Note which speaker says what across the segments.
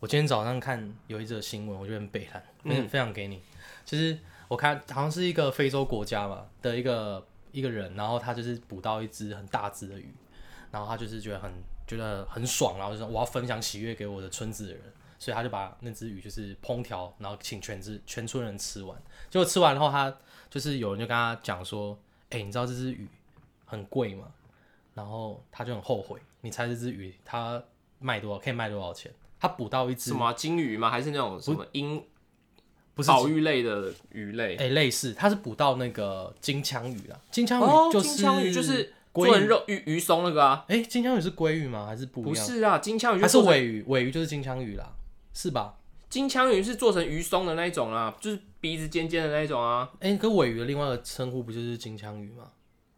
Speaker 1: 我今天早上看有一则新闻，我觉得很北韩，嗯，分享给你。就是我看好像是一个非洲国家嘛的一个一个人，然后他就是捕到一只很大只的鱼，然后他就是觉得很觉得很爽，然后就说我要分享喜悦给我的村子的人，所以他就把那只鱼就是烹调，然后请全只全村人吃完。结果吃完后，他就是有人就跟他讲说，哎、你知道这只鱼很贵吗？然后他就很后悔。你猜这只鱼它卖多少？可以卖多少钱？他捕到一只
Speaker 2: 什么啊金鱼吗？还是那种什么鹰？
Speaker 1: 不是
Speaker 2: 保育类的鱼类？
Speaker 1: 哎、类似，它是捕到那个金枪鱼啦。金枪
Speaker 2: 哦
Speaker 1: 鱼，就是、
Speaker 2: 金枪鱼就是做
Speaker 1: 鲑
Speaker 2: 成
Speaker 1: 鱼。
Speaker 2: 肉鱼鱼松那个啊？
Speaker 1: 哎、金枪鱼是鲑鱼吗？还是不
Speaker 2: 不
Speaker 1: 一样？
Speaker 2: 是啊，金枪鱼就
Speaker 1: 还是
Speaker 2: 做成
Speaker 1: 尾鱼？尾鱼就是金枪鱼啦，是吧？
Speaker 2: 金枪鱼是做成鱼松的那一种啊，就是鼻子尖尖的那一种啊。
Speaker 1: 哎、跟尾鱼的另外一个称呼不就是金枪鱼吗？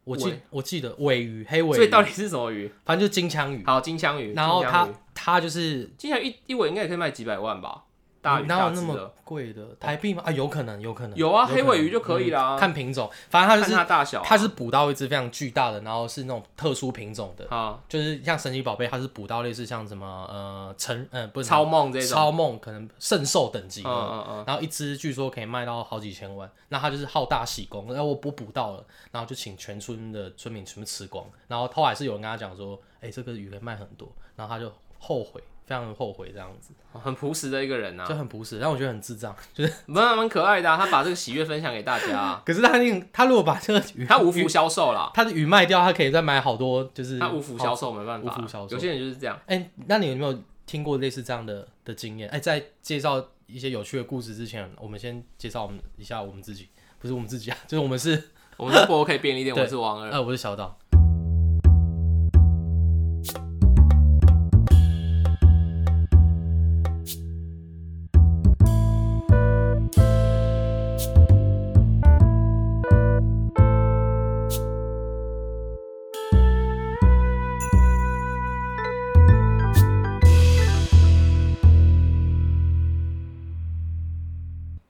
Speaker 1: 我记
Speaker 2: 尾
Speaker 1: 我记得尾鱼、黑尾
Speaker 2: 所以
Speaker 1: 鱼，
Speaker 2: 到底是什么鱼？
Speaker 1: 反正就是金枪鱼。
Speaker 2: 好，金枪鱼。
Speaker 1: 然后
Speaker 2: 金
Speaker 1: 它
Speaker 2: 枪鱼
Speaker 1: 它就是嗯
Speaker 2: 金枪鱼一一尾应该也可以卖几百万吧？大鱼
Speaker 1: 哪有
Speaker 2: 大
Speaker 1: 那
Speaker 2: 只
Speaker 1: 么
Speaker 2: 的，
Speaker 1: 贵的台币吗？啊，有可能，有可能
Speaker 2: 有啊，
Speaker 1: 可
Speaker 2: 黑
Speaker 1: 能嗯
Speaker 2: 尾鱼就可以啦。
Speaker 1: 看品种，反正它
Speaker 2: 看
Speaker 1: 就是
Speaker 2: 它大小啊。
Speaker 1: 它是捕到一只非常巨大的，然后是那种特殊品种的，
Speaker 2: 啊，
Speaker 1: 就是像神奇宝贝，它是捕到类似像什么呃成呃不是
Speaker 2: 超梦这种。
Speaker 1: 超梦，可能圣兽等级啊
Speaker 2: 嗯
Speaker 1: 的，
Speaker 2: 嗯嗯。
Speaker 1: 然后一只据说可以卖到好几千万，那他就是好大喜功，然后我捕捕到了，然后就请全村的村民全部吃光，然后后来是有人跟他讲说，哎、这个鱼可以卖很多，然后他就后悔，非常后悔这样子，
Speaker 2: 嗯很朴实的一个人呐、
Speaker 1: 就
Speaker 2: 啊，
Speaker 1: 很朴实，让我觉得很智障， 就是，
Speaker 2: 蛮蛮可爱的、啊。他把这个喜悦分享给大家、啊，
Speaker 1: 可是他那个他如果把这个 鱼，
Speaker 2: 他无福消受啦，
Speaker 1: 他的鱼卖掉，他可以再买好多，就是
Speaker 2: 他无福消受没办法，啊
Speaker 1: 无福消受
Speaker 2: 有些人就是这样。
Speaker 1: 哎、那你有没有听过类似这样的的经验？哎、在介绍一些有趣的故事之前，我们先介绍我们一下我们自己，不是我们自己啊，就是我们是
Speaker 2: 我们是不 OK 便利店，
Speaker 1: 对
Speaker 2: 我是王二。
Speaker 1: 呃，我是小岛。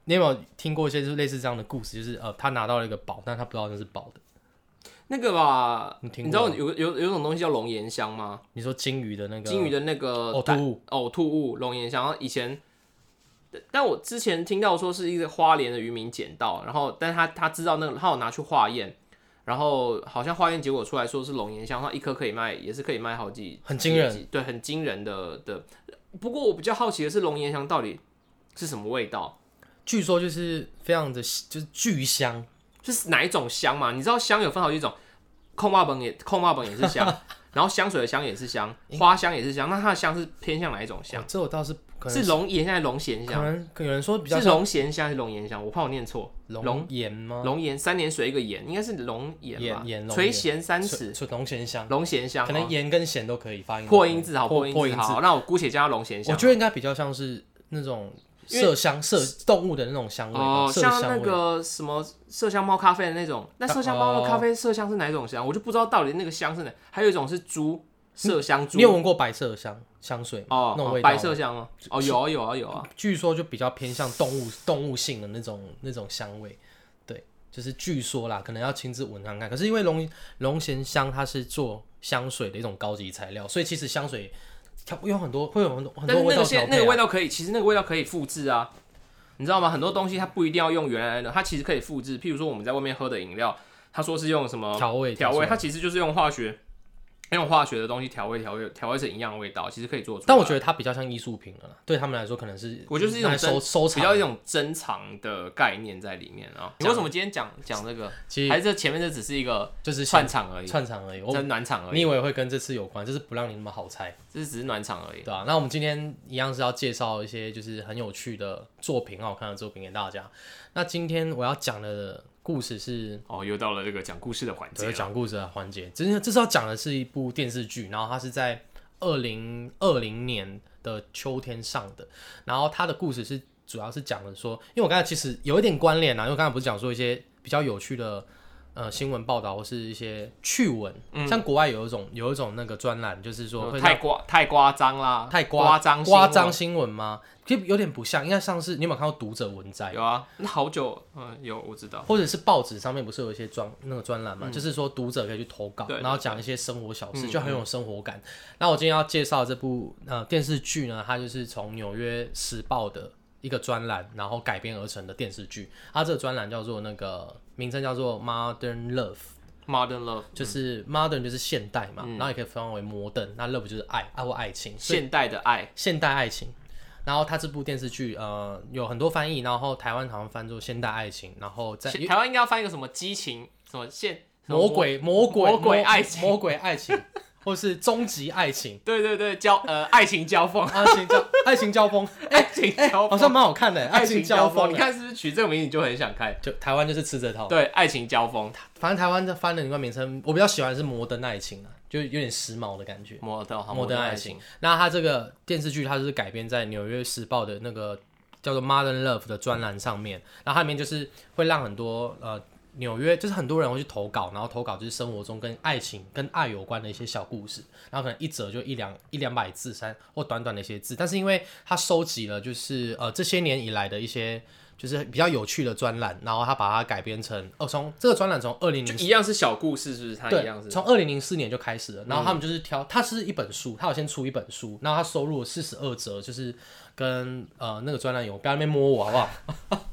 Speaker 1: 你有没有听过一些就是类似这样的故事？就是呃，他拿到了一个宝，但他不知道那是宝的。
Speaker 2: 那个吧，
Speaker 1: 你
Speaker 2: 你
Speaker 1: 听
Speaker 2: 知
Speaker 1: 过
Speaker 2: 道有有有种东西叫龙涎香吗？
Speaker 1: 你说金鱼的那个哦
Speaker 2: 金鱼的那个
Speaker 1: 呕
Speaker 2: 蛋
Speaker 1: 吐物
Speaker 2: 呕吐物龙涎香，然后以前。但但我之前听到说是一个花莲的渔民捡到，然后但他他知道那个，他有拿去化验，然后好像化验结果出来说是龙涎香，它一颗可以卖，也是可以卖好几
Speaker 1: 很惊人，
Speaker 2: 对，很惊人的的。不过我比较好奇的是，龙涎香到底是什么味道？
Speaker 1: 据说就是非常的就是巨香，
Speaker 2: 是哪一种香嘛？你知道香有分好几种，控霸本也控霸本也是香，然后香水的香也是香，花香也是香。那它的香是偏向哪一种香
Speaker 1: 哦？这我倒是可能
Speaker 2: 是龙涎香还是龙涎
Speaker 1: 可
Speaker 2: 香？
Speaker 1: 能可能有人说比较
Speaker 2: 是龙涎香还是龙涎香？我怕我念错。
Speaker 1: 龙岩吗？
Speaker 2: 龙涎三点水一个盐，应该是龙
Speaker 1: 盐
Speaker 2: 涎吧
Speaker 1: 嗯盐？龙
Speaker 2: 垂
Speaker 1: 涎
Speaker 2: 涎三尺，
Speaker 1: 纯龙涎香，
Speaker 2: 龙涎香。
Speaker 1: 可能
Speaker 2: 哦
Speaker 1: 盐跟咸都可以发音。
Speaker 2: 破音字好，
Speaker 1: 破
Speaker 2: 破音
Speaker 1: 破
Speaker 2: 字
Speaker 1: 音字，
Speaker 2: 好。那我姑且叫它龙涎香。
Speaker 1: 我觉得应该比较像是那种
Speaker 2: 因
Speaker 1: 麝香麝动物的那种香味吧，
Speaker 2: 哦，
Speaker 1: 麝
Speaker 2: 像那
Speaker 1: 香味。
Speaker 2: 个什么麝香猫咖啡的那种，那麝香猫
Speaker 1: 哦
Speaker 2: 的咖啡麝香是哪一种香？我就不知道到底那个香是哪。还有一种是猪麝香猪
Speaker 1: 你有闻过白麝香香水吗？
Speaker 2: 哦，
Speaker 1: 那种
Speaker 2: 哦
Speaker 1: 味道
Speaker 2: 白。麝香吗？哦，有啊有啊有啊。
Speaker 1: 据说就比较偏向动物 动物性的那种那种香味，对，就是据说啦，可能要亲自闻看看。可是因为龙龙涎香它是做香水的一种高级材料，所以其实香水调有很多会有很多很
Speaker 2: 但
Speaker 1: 多
Speaker 2: 是
Speaker 1: 味
Speaker 2: 那
Speaker 1: 道调
Speaker 2: 个现
Speaker 1: 配、啊
Speaker 2: 那个味道可以，其实那个味道可以复制啊，你知道吗？很多东西它不一定要用原来的，它其实可以复制。譬如说我们在外面喝的饮料，它说是用什么
Speaker 1: 调味
Speaker 2: 调味，
Speaker 1: 出来
Speaker 2: 它其实就是用化学用化学的东西调味调味调味成一样的味道，其实可以做出来。
Speaker 1: 但我觉得它比较像艺术品了啦，对他们来说可能是
Speaker 2: 我就是一种
Speaker 1: 拿来收
Speaker 2: 珍
Speaker 1: 收
Speaker 2: 比
Speaker 1: 藏
Speaker 2: 较一种珍藏的概念在里面啊。你为什么今天讲讲这个？
Speaker 1: 其实
Speaker 2: 还是这前面这只是一个
Speaker 1: 就是
Speaker 2: 串场而已，
Speaker 1: 串场而已。
Speaker 2: 这
Speaker 1: 我
Speaker 2: 暖场而
Speaker 1: 你
Speaker 2: 已，
Speaker 1: 以为会跟这次有关，就是不让你那么好猜。
Speaker 2: 这只是暖场而已。
Speaker 1: 对啊，那我们今天一样是要介绍一些就是很有趣的作品、很好看的作品给大家。那今天我要讲的故事是，
Speaker 2: 哦，又到了这个讲故事的环节
Speaker 1: 对，
Speaker 2: 了。
Speaker 1: 讲故事的环节。今天这次要讲的是一部电视剧，然后它是在二零二零年的秋天上的，然后它的故事是主要是讲的说，因为我刚才其实有一点关联啊，因为我刚才不是讲说一些比较有趣的呃新闻报道或是一些趣闻，像国外有一种有一种那个专栏，就是说会
Speaker 2: 太夸太夸张啦，
Speaker 1: 太
Speaker 2: 夸张新闻
Speaker 1: 夸张新闻吗？其实有点不像，应该像是你有没有看过读者文摘，
Speaker 2: 有啊，那好久，嗯，有我知道，
Speaker 1: 或者是报纸上面不是有一些专那个专栏嘛？就是说读者可以去投稿
Speaker 2: 嗯对，对嗯
Speaker 1: 然后讲一些生活小事，就很有生活感。那我今天要介绍这部呃电视剧呢，它就是从《纽约时报》的一个专栏，然后改编而成的电视剧。它这个专栏叫做那个名称叫做《Modern Love》。
Speaker 2: Modern Love
Speaker 1: 就是
Speaker 2: 嗯
Speaker 1: modern 就是现代嘛，然后也可以翻为摩登，那 love 就是爱，爱或爱情，
Speaker 2: 现代的爱，
Speaker 1: 现代爱情。然后它这部电视剧呃有很多翻译，然后台湾好像翻作现代爱情，然后在
Speaker 2: 现台湾应该要翻一个什么激情，什么现什么
Speaker 1: 魔，鬼魔鬼
Speaker 2: 魔鬼爱情
Speaker 1: 魔鬼爱情， 或是终极爱情，
Speaker 2: 对对对，交 呃爱情交锋，
Speaker 1: 爱情 交爱情交锋，
Speaker 2: 爱情交
Speaker 1: 哎好
Speaker 2: 锋，
Speaker 1: 像蛮好看的，
Speaker 2: 爱
Speaker 1: 情
Speaker 2: 情
Speaker 1: 交
Speaker 2: 交
Speaker 1: 锋
Speaker 2: 锋，你，看是不是取这个名字你就很想看？
Speaker 1: 就台湾就是吃这套。
Speaker 2: 对，爱情交锋，
Speaker 1: 反正台湾的翻的一个名称，我比较喜欢是摩登爱情啊，就有点时髦的感觉。
Speaker 2: 摩登好
Speaker 1: 摩登爱情
Speaker 2: 情，。
Speaker 1: 那它这个电视剧，它就是改编在《纽约时报》的那个叫做《Modern Love》的专栏上面，然后它里面就是会让很多呃纽约，就是很多人会去投稿，然后投稿就是生活中跟爱情、跟爱有关的一些小故事，然后可能一折就一两一两百字，三或短短的一些字，但是因为它收集了就是呃这些年以来的一些。就是比较有趣的专栏，然后他把它改编成哦，从这个专栏从二零零
Speaker 2: 就一样是小故事，是不是？它
Speaker 1: 对，
Speaker 2: 一样是嗯
Speaker 1: 从二零零四年就开始了，然后他们就是挑，它是一本书，它有先出一本书，然后它收录了四十二则，就是跟呃那个专栏有，不要在那边摸我好不好？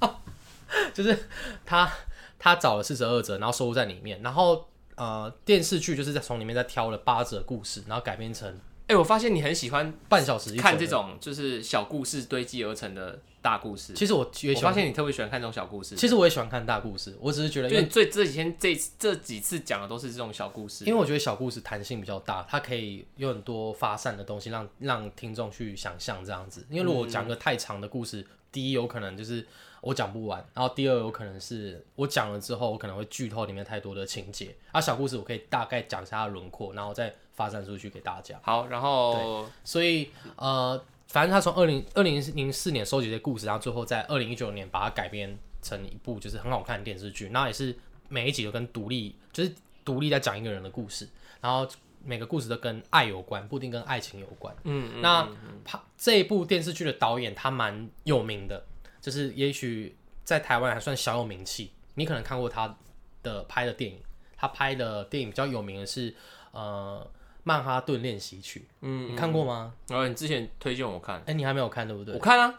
Speaker 1: 就是他他找了四十二则，然后收录在里面，然后呃电视剧就是在从里面再挑了八则故事，然后改编成
Speaker 2: 哎，我发现你很喜欢
Speaker 1: 半小时一则
Speaker 2: 看
Speaker 1: 的
Speaker 2: 这。种就是小故事堆积而成的大故事。
Speaker 1: 其实我也
Speaker 2: 我
Speaker 1: 喜
Speaker 2: 发
Speaker 1: 欢，
Speaker 2: 现你特别喜欢看这种小故事，
Speaker 1: 其实我也喜欢看大故事，我只是觉得因
Speaker 2: 就
Speaker 1: 为
Speaker 2: 你最这几天这这几次讲的都是这种小故事。
Speaker 1: 因为我觉得小故事弹性比较大，它可以有很多发散的东西让，让听众去想象这样子。因为如果讲个太长的故事，第一有可能就是我讲不完，然后第二有可能是我讲了之后，我可能会剧透里面太多的情节。啊，小故事我可以大概讲一下它的轮廓，然后再发散出去给大家。
Speaker 2: 好，然后
Speaker 1: 所以呃，反正他从二零二零零四年收集的故事，然后最后在二零一九年把它改编成一部就是很好看的电视剧，那也是每一集都跟独立就是独立在讲一个人的故事，然后每个故事都跟爱有关，不一定跟爱情有关。
Speaker 2: 嗯，嗯
Speaker 1: 那他这一部电视剧的导演他蛮有名的，就是也许在台湾还算小有名气，你可能看过他的拍的电影，他拍的电影比较有名的是呃《曼哈顿练习曲》，
Speaker 2: 嗯，
Speaker 1: 你看过吗？
Speaker 2: 然后你之前推荐我看，
Speaker 1: 哎、你还没有看对不对
Speaker 2: 我？看啊，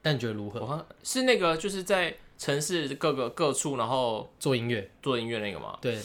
Speaker 1: 但你觉得如何
Speaker 2: 我看是那个就是在城市各个各处，然后
Speaker 1: 做音乐？
Speaker 2: 做音乐那个吗？
Speaker 1: 对，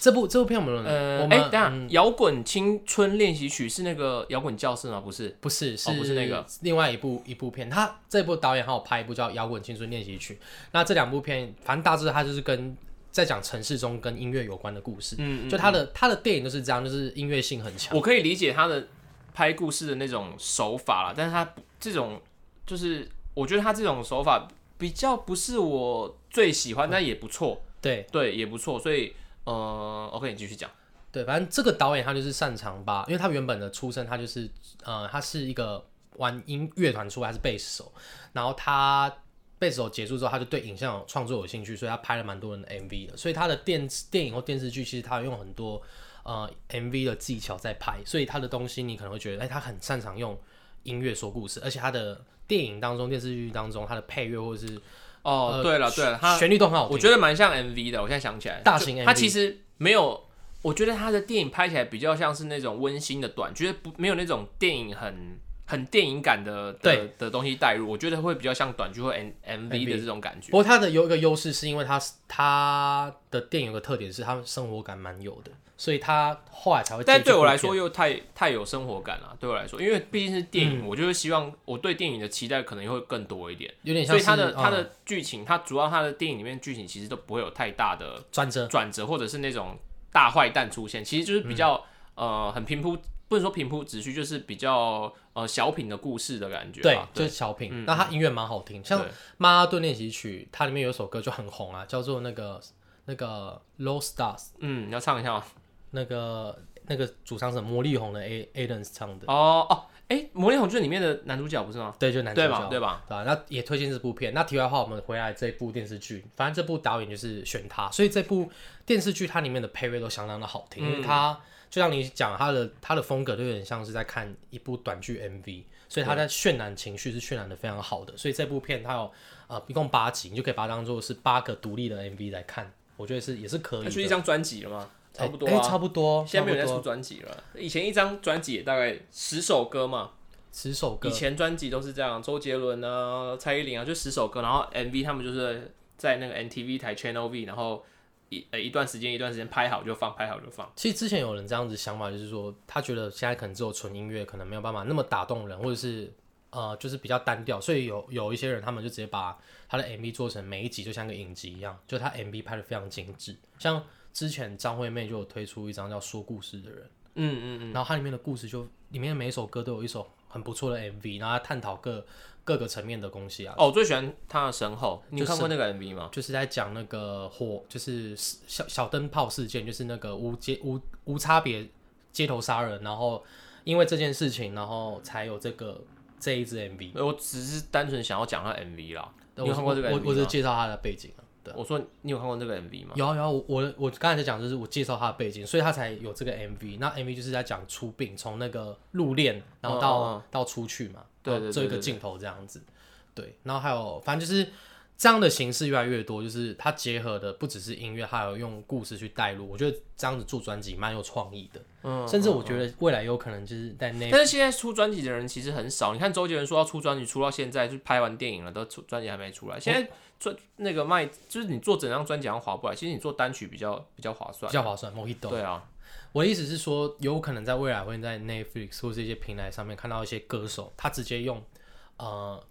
Speaker 1: 这部这部片我们、嗯
Speaker 2: 呃，
Speaker 1: 我们、
Speaker 2: 哎、
Speaker 1: 嗯
Speaker 2: 等一下，摇滚青春练习曲是那个摇滚教室吗？不是，
Speaker 1: 不是是、
Speaker 2: 哦不是那个
Speaker 1: 另外一部一部片，他这部导演还有拍一部叫《摇滚青春练习曲》，那这两部片反正大致他就是跟在讲城市中跟音乐有关的故事，
Speaker 2: 嗯，
Speaker 1: 就他的他的电影就是这样，就是音乐性很强。
Speaker 2: 我可以理解他的拍故事的那种手法啦，但是他不这种就是我觉得他这种手法比较不是我最喜欢，但也不错，
Speaker 1: 对
Speaker 2: 对，也不错，所以呃，OK，你继续讲，
Speaker 1: 对，反正这个导演他就是擅长吧，因为他原本的出身他就是呃，他是一个玩音乐团出来，他是贝斯手，然后他贝斯手结束之后，他就对影像有创作有兴趣，所以他拍了蛮多人的 MV 的，所以他的电电影或电视剧其实他用很多呃 MV 的技巧在拍，所以他的东西你可能会觉得，哎、他很擅长用音乐说故事，而且他的电影当中、电视剧当中，他的配乐或者是
Speaker 2: 哦，
Speaker 1: 呃
Speaker 2: 对了对了，他
Speaker 1: 旋律都很好
Speaker 2: 我
Speaker 1: 听，啊
Speaker 2: 觉得蛮像 MV 的，我现在想起来，
Speaker 1: 大型
Speaker 2: 就
Speaker 1: MV
Speaker 2: 它其实没有，我觉得它的电影拍起来比较像是那种温馨的短，觉得不没有那种电影很很电影感的的
Speaker 1: 对
Speaker 2: 的东西带入，我觉得会比较像短剧或 M MV
Speaker 1: MV
Speaker 2: 的这种感觉
Speaker 1: 不。过它的有一个优势，是因为它它的电影有个特点是它生活感蛮有的，所以它后来才会。
Speaker 2: 但对我来说，又太太有生活感了，对我来说，因为毕竟是电
Speaker 1: 嗯
Speaker 2: 影，我就会希望我对电影的期待可能会更多一点，
Speaker 1: 有点
Speaker 2: 所
Speaker 1: 像
Speaker 2: 以
Speaker 1: 是
Speaker 2: 它的它
Speaker 1: 嗯
Speaker 2: 的剧情，它主要它的电影里面剧情其实都不会有太大的
Speaker 1: 转折，
Speaker 2: 转折，或者是那种大坏蛋出现，其实就是比较、呃很平铺，不能说平铺直叙，就是比较呃小品的故事的感觉啊
Speaker 1: 对
Speaker 2: 吧。，
Speaker 1: 就是小品。那它音乐蛮好听，像《
Speaker 2: 嗯对
Speaker 1: 曼哈顿练习曲》，它里面有一首歌就很红啊，叫做那个那个 Low Stars，
Speaker 2: 嗯，你要唱一下吗？
Speaker 1: 那个那个主唱是魔力红的 A Adams 唱的。
Speaker 2: 哦哦，哎、哎，《魔力红军》里面的男主角不是吗？
Speaker 1: 对，就男主
Speaker 2: 对
Speaker 1: 角
Speaker 2: 吧？对吧？
Speaker 1: 对啊，那也推荐这部片。那题外话，我们回来这部电视剧，反正这部导演就是选他，所以这部电视剧它里面的配乐都相当的好听，
Speaker 2: 嗯
Speaker 1: 因为它就像你讲，它的它的风格就有点像是在看一部短剧 MV，所以它在渲染情绪是渲染的非常好的。所以这部片它有呃一共八集，你就可以把它当做是八个独立的 MV 来看，我觉得是也是可以
Speaker 2: 它就一
Speaker 1: 的。
Speaker 2: 张专辑了吗？差不多
Speaker 1: 哎
Speaker 2: 啊。
Speaker 1: 差不多。
Speaker 2: 现在没有人
Speaker 1: 差
Speaker 2: 在
Speaker 1: 不
Speaker 2: 出
Speaker 1: 多
Speaker 2: 专辑了，以前一张专辑也大概十首歌嘛，
Speaker 1: 十首歌
Speaker 2: 以，前专辑都是这样，周杰伦啊、蔡依林啊，就十首歌，然后 MV 他们就是在那个 NTV 台 Channel V，然后一呃一段时间一段时间拍好就放，拍好就放。
Speaker 1: 其实之前有人这样子想法，就是说他觉得现在可能只有纯音乐，可能没有办法那么打动人，或者是呃，就是比较单调，所以有有一些人他们就直接把他的 MV 做成每一集就像个影集一样，就他 MV 拍的非常精致。像之前张惠妹就有推出一张叫《说故事的人》，
Speaker 2: 嗯嗯，
Speaker 1: 然后它里面的故事就里面每一首歌都有一首很不错的 MV，然后他探讨各各个层面的东西啊，
Speaker 2: 哦，我最喜欢他的身后，你
Speaker 1: 就
Speaker 2: 有
Speaker 1: 是
Speaker 2: 看过那个 MV 吗？
Speaker 1: 就是在讲那个火，就是小小灯泡事件，就是那个无街无无差别街头杀人，然后因为这件事情，然后才有这个这一支 MV。
Speaker 2: 我只是单纯想要讲他 MV 啦。你
Speaker 1: 我
Speaker 2: 有看过这个
Speaker 1: 我
Speaker 2: MV
Speaker 1: 我只是
Speaker 2: 吗？
Speaker 1: 介绍他的背景啊。对，
Speaker 2: 我说你有看过这个 MV 吗？
Speaker 1: 有啊有啊，我我我刚才在讲就是我介绍他的背景，所以他才有这个 MV。那 MV 就是在讲出殡，从那个入殓，然后到、
Speaker 2: 嗯
Speaker 1: 到出去嘛，
Speaker 2: 对
Speaker 1: 然后
Speaker 2: 对对
Speaker 1: 这
Speaker 2: 对
Speaker 1: 个
Speaker 2: 对
Speaker 1: 镜头这样子。对，然后还有反正就是这样的形式越来越多，就是它结合的不只是音乐，还有用故事去带入。我觉得这样子做专辑蛮有创意的，
Speaker 2: 嗯，
Speaker 1: 甚至我觉得未来有可能就是在那
Speaker 2: 但是现在出专辑的人其实很少。你看周杰伦说要出专辑，出到现在就拍完电影了，都出专辑还没出来。现在专那个卖，就是你做整张专辑好像划不来，其实你做单曲比较比较划
Speaker 1: 比
Speaker 2: 算。
Speaker 1: 较划算。Mojito，
Speaker 2: 对啊，
Speaker 1: 我的意思是说，有可能在未来会在 Netflix 或是一些平台上面看到一些歌手，他直接用呃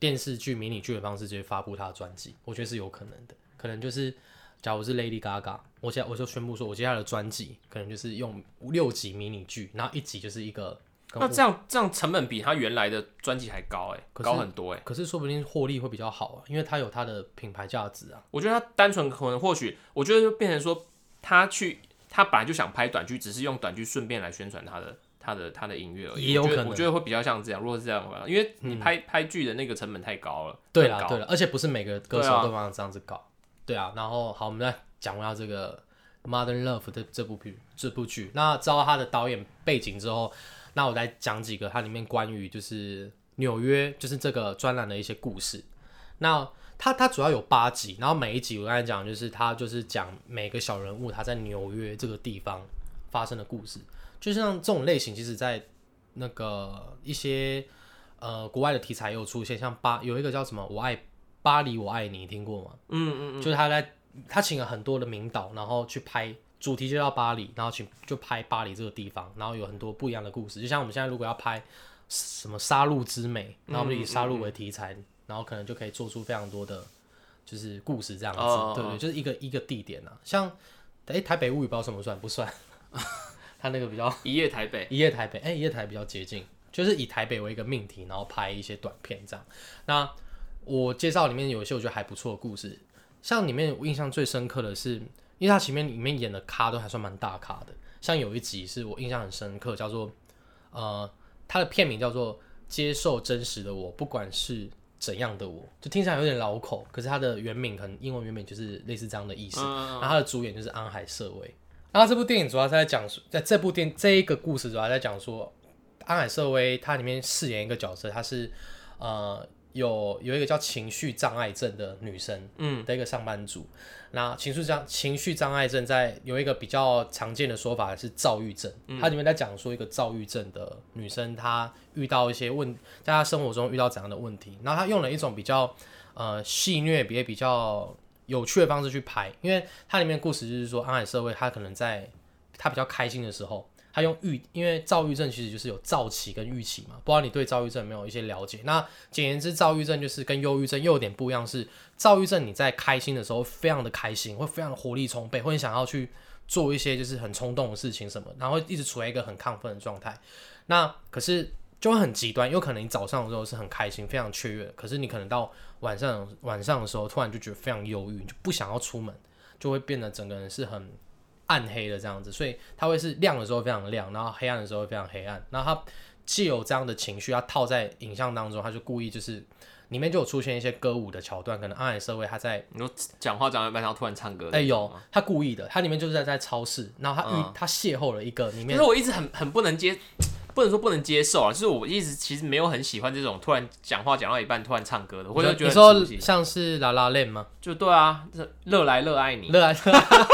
Speaker 1: 电视剧、迷你剧的方式直接发布他的专辑，我觉得是有可能的。可能就是，假如是 Lady Gaga，我现在我就宣布说，我接下来的专辑可能就是用六集迷你剧，然后一集就是一个跟
Speaker 2: 那这样这样成本比他原来的专辑还高哎、
Speaker 1: 可是
Speaker 2: 高很多哎、
Speaker 1: 可是说不定获利会比较好啊，因为它有它的品牌价值啊。
Speaker 2: 我觉得他单纯可能或许，我觉得就变成说他去他本来就想拍短剧，只是用短剧顺便来宣传他的。他的他的音乐而已，
Speaker 1: 也有
Speaker 2: 我觉
Speaker 1: 可
Speaker 2: 得
Speaker 1: 能嗯
Speaker 2: 我觉得会比较像这样。如果是这样的话，因为你拍、拍剧的那个成本太高了，
Speaker 1: 对
Speaker 2: 很
Speaker 1: 啦，
Speaker 2: 高
Speaker 1: 对啦，而且不是每个歌
Speaker 2: 对
Speaker 1: 手
Speaker 2: 啊
Speaker 1: 都往这样子搞。对啊，然后好，我们再讲回到这个《Modern Love》的这部剧，这部剧。那知道它的导演背景之后，那我再讲几个它里面关于就是纽约，就是这个专栏的一些故事。那它它主要有八集，然后每一集我刚才讲就是它就是讲每个小人物他在纽约这个地方发生的故事，就像这种类型，其实在那个一些呃国外的题材也有出现，像巴有一个叫什么“我爱巴黎，我爱你”，你听过吗？
Speaker 2: 嗯嗯，
Speaker 1: 就是他在他请了很多的名导，然后去拍主题就叫巴黎，然后请就拍巴黎这个地方，然后有很多不一样的故事。就像我们现在如果要拍什么杀戮之美，然后我们
Speaker 2: 嗯
Speaker 1: 就以杀戮为题材，然后可能就可以做出非常多的就是故事这样子，
Speaker 2: 哦哦哦
Speaker 1: 对对，就是一个一个地点啊。像哎、台北物语不知道算不算，不算， 他那个比较
Speaker 2: 一夜台北，
Speaker 1: 一夜台北，哎、一夜台比较接近，就是以台北为一个命题，然后拍一些短片这样。那我介绍里面有一些我觉得还不错的故事，像里面我印象最深刻的是，因为它前面里面演的咖都还算蛮大咖的，像有一集是我印象很深刻，叫做呃，它的片名叫做《接受真实的我，不管是怎样的我》，就听起来有点老口，可是它的原名可能英文原名就是类似这样的意思。
Speaker 2: 嗯，
Speaker 1: 然后他的主演就是安海瑟薇。然后这部电影主要是在讲述，在这部电这一个故事主要在讲说，安海瑟薇她里面饰演一个角色，她是呃有有一个叫情绪障碍症的女生，嗯，的一个上班族。那情绪障情绪障碍症在有一个比较常见的说法是躁郁症，
Speaker 2: 嗯
Speaker 1: 它里面在讲说一个躁郁症的女生，她遇到一些问，在她生活中遇到怎样的问题，然后她用了一种比较呃戏谑，也比较有趣的方式去拍，因为它里面故事就是说安海社会，他可能在他比较开心的时候，他用预，因为躁郁症其实就是有躁期跟预期嘛，不知道你对躁郁症有没有一些了解？那简言之，躁郁症就是跟忧郁症又有点不一样是，躁郁症你在开心的时候非常的开心，会非常的活力充沛，会想要去做一些就是很冲动的事情什么，然后一直处在一个很亢奋的状态。那可是就会很极端，有可能你早上的时候是很开心、非常雀跃的，可是你可能到晚上晚上的时候，突然就觉得非常忧郁，你就不想要出门，就会变得整个人是很暗黑的这样子，所以它会是亮的时候非常亮，然后黑暗的时候会非常黑暗，然后它既有这样的情绪，他套在影像当中，他就故意就是里面就有出现一些歌舞的桥段，可能暗海社会他在
Speaker 2: 你说讲话讲到一半，然后突然唱歌，
Speaker 1: 哎、有他故意的，他里面就是在在超市，然后他遇、他邂逅了一个里
Speaker 2: 可
Speaker 1: 面
Speaker 2: 是我一直很很不能接，不能说不能接受啊，就是我一直其实没有很喜欢这种突然讲话讲到一半突然唱歌的，我就
Speaker 1: 你
Speaker 2: 觉得很
Speaker 1: 说
Speaker 2: 熟悉
Speaker 1: 像是拉拉链吗？
Speaker 2: 就对啊，这热来热爱你，
Speaker 1: 热爱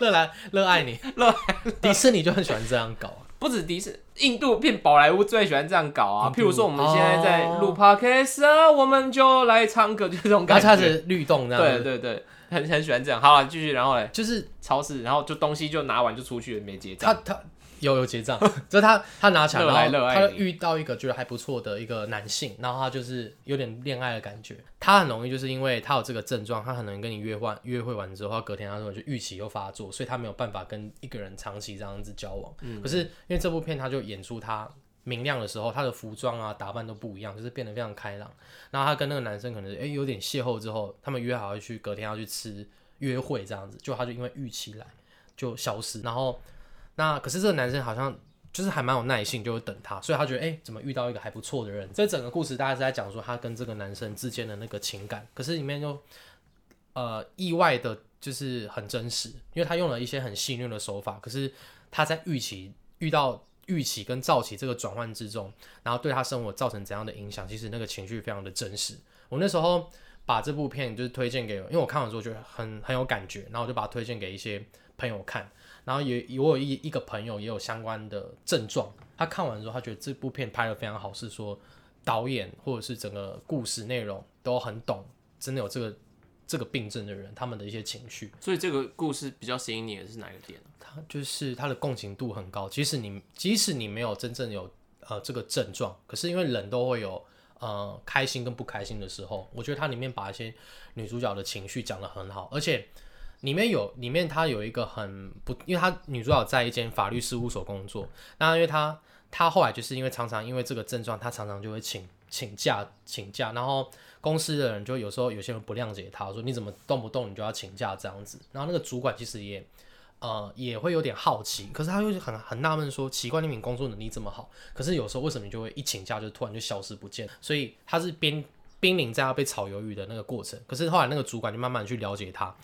Speaker 1: 热爱热爱你，嗯 热爱迪士尼就很喜欢这样搞啊。
Speaker 2: 不止迪士尼，印度变宝莱坞最喜欢这样搞啊。
Speaker 1: 印度
Speaker 2: 譬如说我们现在在
Speaker 1: 哦
Speaker 2: 录 podcast 啊，我们就来唱歌，哦就是这种
Speaker 1: 然
Speaker 2: 感
Speaker 1: 后它
Speaker 2: 觉。
Speaker 1: 是律动这样
Speaker 2: 对
Speaker 1: 子，
Speaker 2: 对对，很很喜欢这样。好啊，继续，然后嘞，
Speaker 1: 就是
Speaker 2: 超市，然后就东西就拿完就出去，没结
Speaker 1: 他
Speaker 2: 账。
Speaker 1: 他有有结账，就是他他拿起来，
Speaker 2: 热爱
Speaker 1: 然
Speaker 2: 热
Speaker 1: 后
Speaker 2: 爱
Speaker 1: 他就
Speaker 2: 你
Speaker 1: 遇到一个觉得还不错的一个男性，然后他就是有点恋爱的感觉。他很容易就是因为他有这个症状，他很容易跟你约会，约会完之后，他隔天他说就预期又发作，所以他没有办法跟一个人长期这样子交往。
Speaker 2: 嗯
Speaker 1: 可是因为这部片，他就演出他。明亮的时候，他的服装啊、打扮都不一样，就是变得非常开朗。然后他跟那个男生可能哎、有点邂逅之后，他们约好要去隔天要去吃约会这样子，就他就因为预期来就消失。然后那可是这个男生好像就是还蛮有耐性，就会等他，所以他觉得哎、诶怎么遇到一个还不错的人？这整个故事大家是在讲说他跟这个男生之间的那个情感，可是里面就呃意外的就是很真实，因为他用了一些很戏谑的手法，可是他在预期遇到。预期跟躁期这个转换之中，然后对他生活造成怎样的影响？其实那个情绪非常的真实。我那时候把这部片就是推荐给，因为我看完之后觉得很很有感觉，然后我就把它推荐给一些朋友看。然后也我有一一个朋友也有相关的症状，他看完之后，他觉得这部片拍的非常好，是说导演或者是整个故事内容都很懂，真的有这个这个病症的人，他们的一些情绪，
Speaker 2: 所以这个故事比较吸引你的是哪个点？
Speaker 1: 他就是他的共情度很高。即使你即使你没有真正有呃这个症状，可是因为人都会有呃开心跟不开心的时候，我觉得它里面把一些女主角的情绪讲得很好，而且里面有里面她有一个很不，因为她女主角在一间法律事务所工作，那因为她她后来就是因为常常因为这个症状，她常常就会请请假请假，然后公司的人就有时候有些人不谅解她，说你怎么动不动你就要请假这样子，然后那个主管其实也。呃，也会有点好奇，可是他又很很纳闷说，奇怪，你们工作能力这么好，可是有时候为什么你就会一请假就突然就消失不见？所以他是边濒临在要被炒鱿鱼的那个过程。可是后来那个主管就慢慢去了解他，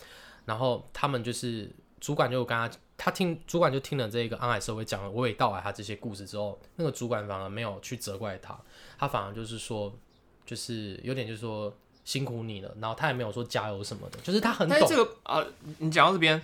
Speaker 1: 然后他们就是主管就跟他，他听主管就听了这个安海社会讲了娓娓道来他这些故事之后，那个主管反而没有去责怪他，他反而就是说，就是有点就是说辛苦你了，然后他也没有说加油什么的，就是他很
Speaker 2: 但是
Speaker 1: 懂，
Speaker 2: 这个啊、呃你讲到这边，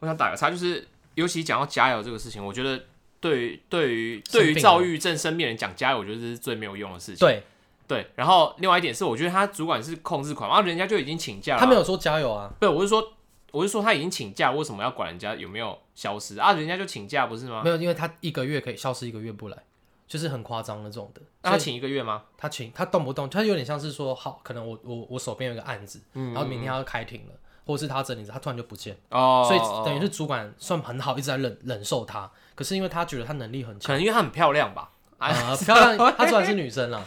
Speaker 2: 我想打个岔，就是尤其讲到加油这个事情，我觉得对于对
Speaker 1: 生
Speaker 2: 于
Speaker 1: 病
Speaker 2: 对于躁郁症生病人讲加油，我觉得这是最没有用的事情。
Speaker 1: 对
Speaker 2: 对，然后另外一点是，我觉得他主管是控制狂，然后人家就已经请假了，
Speaker 1: 他没有说加油啊。
Speaker 2: 对，我是说，我是说他已经请假，为什么要管人家有没有消失啊？人家就请假不是吗？
Speaker 1: 没有，因为他一个月可以消失一个月不来，就是很夸张的这种的。
Speaker 2: 那
Speaker 1: 所以
Speaker 2: 他请一个月吗？
Speaker 1: 他请他动不动，他有点像是说，好，可能我我我手边有一个案子，
Speaker 2: 嗯
Speaker 1: 然后明天要开庭了，或者是他整理着，他突然就不见，
Speaker 2: 哦，
Speaker 1: 所以等于
Speaker 2: 是
Speaker 1: 是主管算很好，一直在忍忍受他。可是因为他觉得他能力很
Speaker 2: 可
Speaker 1: 强
Speaker 2: 能因为他很漂亮吧？啊，
Speaker 1: 啊，漂亮，他虽然是女生啦，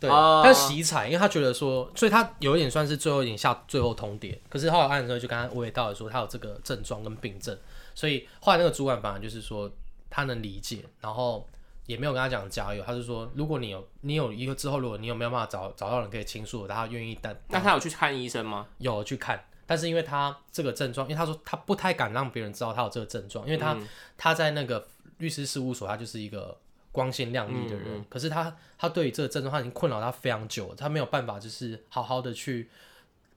Speaker 1: 对，
Speaker 2: 哦
Speaker 1: 他洗彩，因为他觉得说，所以他有一点算是最后一点下最后通牒。可是后来案的时候就跟他娓娓道来说，他有这个症状跟病症，所以后来那个主管反而就是说他能理解，然后也没有跟他讲加油，他就说如果你有你有一个之后，如果你有没有办法找找到人可以倾诉的，他愿意带
Speaker 2: 那他有去看医生吗？
Speaker 1: 有去看。但是因为他这个症状，因为他说他不太敢让别人知道他有这个症状，因为他、他在那个律师事务所，他就是一个光鲜亮丽的人。可是他他对于这个症状，他已经困扰他非常久了，他没有办法就是好好的去，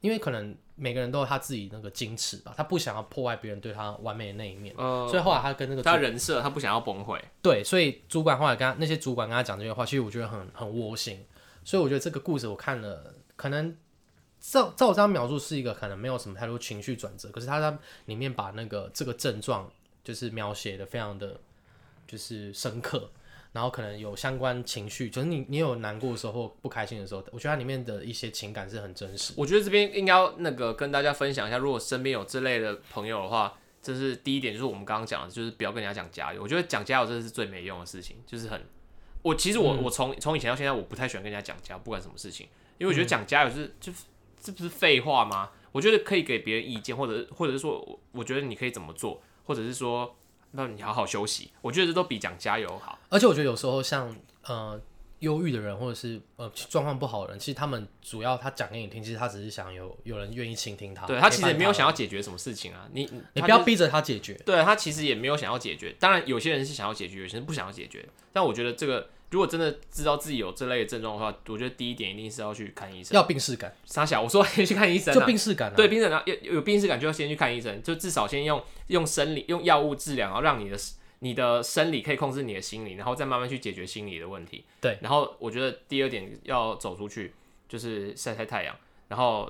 Speaker 1: 因为可能每个人都有他自己那个矜持吧，他不想要破坏别人对他完美的那一面，
Speaker 2: 呃，
Speaker 1: 所以后来他跟那个
Speaker 2: 他人设他不想要崩溃。
Speaker 1: 对，所以主管后来跟他那些主管跟他讲这些话，其实我觉得很很窝心。所以我觉得这个故事我看了，可能照照这样描述是一个可能没有什么太多情绪转折，可是他在里面把那个这个症状就是描写的非常的就是深刻，然后可能有相关情绪，就是你你有难过的时候或不开心的时候，我觉得它里面的一些情感是很真实。
Speaker 2: 我觉得这边应该要那个跟大家分享一下，如果身边有这类的朋友的话，这是第一点，就是我们刚刚讲的，就是不要跟人家讲加油。我觉得讲加油真的是最没用的事情，就是很我其实我、
Speaker 1: 嗯
Speaker 2: 我从从以前到现在，我不太喜欢跟人家讲加油，不管什么事情，因为我
Speaker 1: 嗯
Speaker 2: 觉得讲加油就是、就这不是废话吗？我觉得可以给别人意见，或者或者是说，我我觉得你可以怎么做，或者是说，那你好好休息，我觉得这都比讲加油好。
Speaker 1: 而且我觉得有时候像呃忧郁的人或者是呃状况不好的人，其实他们主要他讲给你听，其实他只是想有有人愿意倾听他。
Speaker 2: 对他其实也没有
Speaker 1: 陪伴
Speaker 2: 想要解决什么事情啊，你
Speaker 1: 他，你
Speaker 2: 他
Speaker 1: 不要逼着他解决。
Speaker 2: 对他其实也没有想要解决，当然有些人是想要解决，有些人不想要解决。但我觉得这个，如果真的知道自己有这类的症状的话，我觉得第一点一定是要去看医生。
Speaker 1: 要病视感，
Speaker 2: 傻小，我说先去看医生、
Speaker 1: 就
Speaker 2: 啊，
Speaker 1: 病视感、啊。
Speaker 2: 对，病人啊，有有病史感就要先去看医生，就至少先用用生理用药物治疗，然后让你的你的生理可以控制你的心理，然后再慢慢去解决心理的问题。
Speaker 1: 对，
Speaker 2: 然后我觉得第二点要走出去，就是晒晒太阳。然后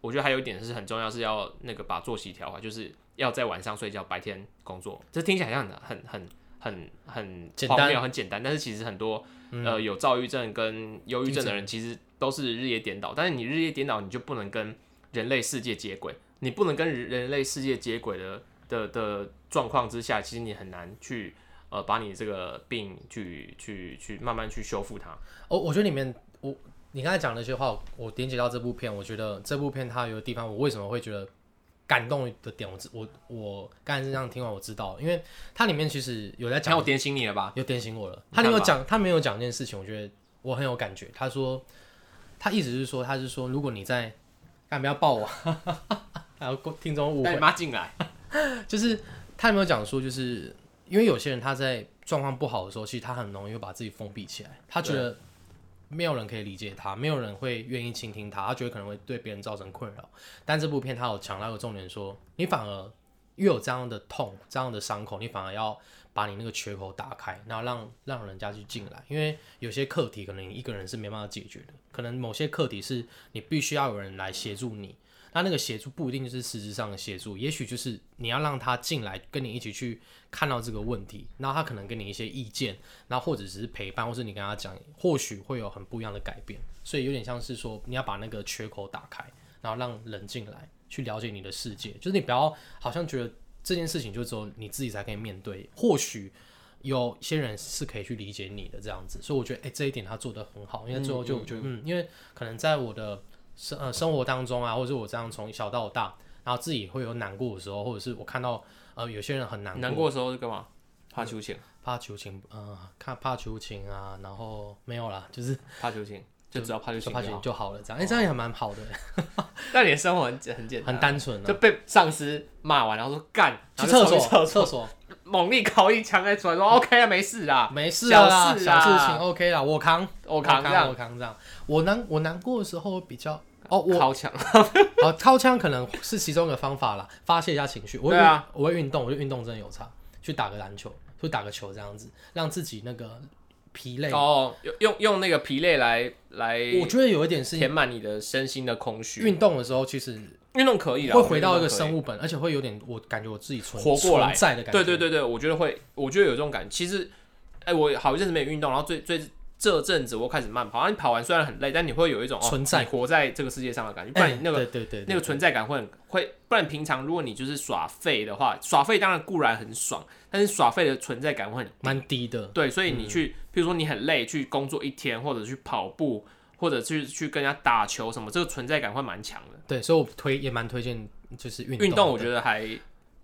Speaker 2: 我觉得还有一点是很重要，是要那个把作息调好，就是要在晚上睡觉，白天工作。这听起来好像很很很很
Speaker 1: 简
Speaker 2: 很荒
Speaker 1: 单
Speaker 2: 谬，很简单，但是其实很多、呃有躁郁症跟忧郁症的人，其实都是日夜颠倒。但是你日夜颠倒，你就不能跟人类世界接轨，你不能跟人人类世界接轨的的的状况之下，其实你很难去呃把你这个病去去去慢慢去修复它。
Speaker 1: 哦我我觉得里面我你刚才讲那些话，我连接到这部片，我觉得这部片它有的地方，我为什么会觉得感动的点，我知我我刚才这样听完我知道了，因为它里面其实有在
Speaker 2: 前
Speaker 1: 讲
Speaker 2: 我，点醒你了吧？
Speaker 1: 有点醒我了。
Speaker 2: 你
Speaker 1: 他
Speaker 2: 看吧
Speaker 1: 没有讲，他没有讲一件事情，我觉得我很有感觉。他说，他意思是说，他是说，如果你在，干不要抱我， 然后听众误会
Speaker 2: 带你。妈进来。
Speaker 1: 就是他有没有讲说，就是因为有些人他在状况不好的时候，其实他很容易会把自己封闭起来，他觉得没有人可以理解他，没有人会愿意倾听他，他觉得可能会对别人造成困扰。但这部片他有强调一个重点说，你反而越有这样的痛、这样的伤口，你反而要把你那个缺口打开，然后让让人家去进来，因为有些课题可能你一个人是没办法解决的，可能某些课题是你必须要有人来协助你。那那个协助不一定就是实质上的协助，也许就是你要让他进来跟你一起去看到这个问题，然后他可能给你一些意见，然后或者只是陪伴，或是你跟他讲，或许会有很不一样的改变。所以有点像是说你要把那个缺口打开，然后让人进来去了解你的世界，就是你不要好像觉得这件事情就只有你自己才可以面对，或许。有些人是可以去理解你的这样子，所以我觉得，哎、这一点他做的很好，因为最后就我觉得，嗯，因为可能在我的生呃生活当中啊，或者是我这样从小到大，然后自己会有难过的时候，或者是我看到呃有些人很难过，
Speaker 2: 难过的时候是干嘛？怕秋千，
Speaker 1: 怕求情，呃，看怕求情啊，然后没有啦，就是
Speaker 2: 怕秋千，就只要怕秋
Speaker 1: 就
Speaker 2: 千
Speaker 1: 怕
Speaker 2: 就
Speaker 1: 求
Speaker 2: 好。哦
Speaker 1: 情就好了，这样，哎、这样也蛮好的，
Speaker 2: 但你的生活很简很简单，
Speaker 1: 很单纯
Speaker 2: 啊
Speaker 1: 啊
Speaker 2: 就
Speaker 1: 的、
Speaker 2: 被上司骂完，然后说干，
Speaker 1: 去
Speaker 2: 然
Speaker 1: 厕
Speaker 2: 后就冲
Speaker 1: 所，
Speaker 2: 去厕
Speaker 1: 厕所，
Speaker 2: 所猛力烤一枪再出来，说 OK 啊，没事啦，
Speaker 1: 没事啊啦，
Speaker 2: 小
Speaker 1: 小
Speaker 2: 事啊
Speaker 1: 事情 OK 啦，我扛，
Speaker 2: 我扛这
Speaker 1: 扛，
Speaker 2: 样
Speaker 1: 我扛这样。我难我难过的时候比较，哦，我
Speaker 2: 烤墙。
Speaker 1: 啊，掏枪可能是其中一个方法啦，发泄一下情绪。我会
Speaker 2: 对啊
Speaker 1: 运，我会运动，我觉得运动真的有差，去打个篮球，去打个球这样子，让自己那个疲累。
Speaker 2: 哦，用用用那个疲累来来
Speaker 1: 我觉得有一点是
Speaker 2: 填满你的身心的空虚。
Speaker 1: 运动的时候，其实
Speaker 2: 运动可以啦，
Speaker 1: 会回到一个
Speaker 2: 物
Speaker 1: 生物本，而且会有点我感觉我自己存
Speaker 2: 活过来
Speaker 1: 存在的感觉。
Speaker 2: 对对对对，我觉得会，我觉得有这种感觉。其实，哎、我好一阵子没有运动，然后最最这阵子我开始慢跑，啊然后你跑完虽然很累，但你会有一种
Speaker 1: 存在
Speaker 2: 哦、你活在这个世界上的感觉，不
Speaker 1: 哎，
Speaker 2: 然你那个
Speaker 1: 对对对，对
Speaker 2: 那个存在感会很会，不然平常如果你就是耍废的话，耍废当然固然很爽，但是耍废的存在感会很
Speaker 1: 蛮低的。嗯
Speaker 2: 对，所以你去，譬如说你很累，去工作一天，或者去跑步，或者去去跟人家打球什么，这个存在感会蛮强的。
Speaker 1: 对，所以我推也蛮推荐就是运
Speaker 2: 运动我
Speaker 1: 的
Speaker 2: 觉得还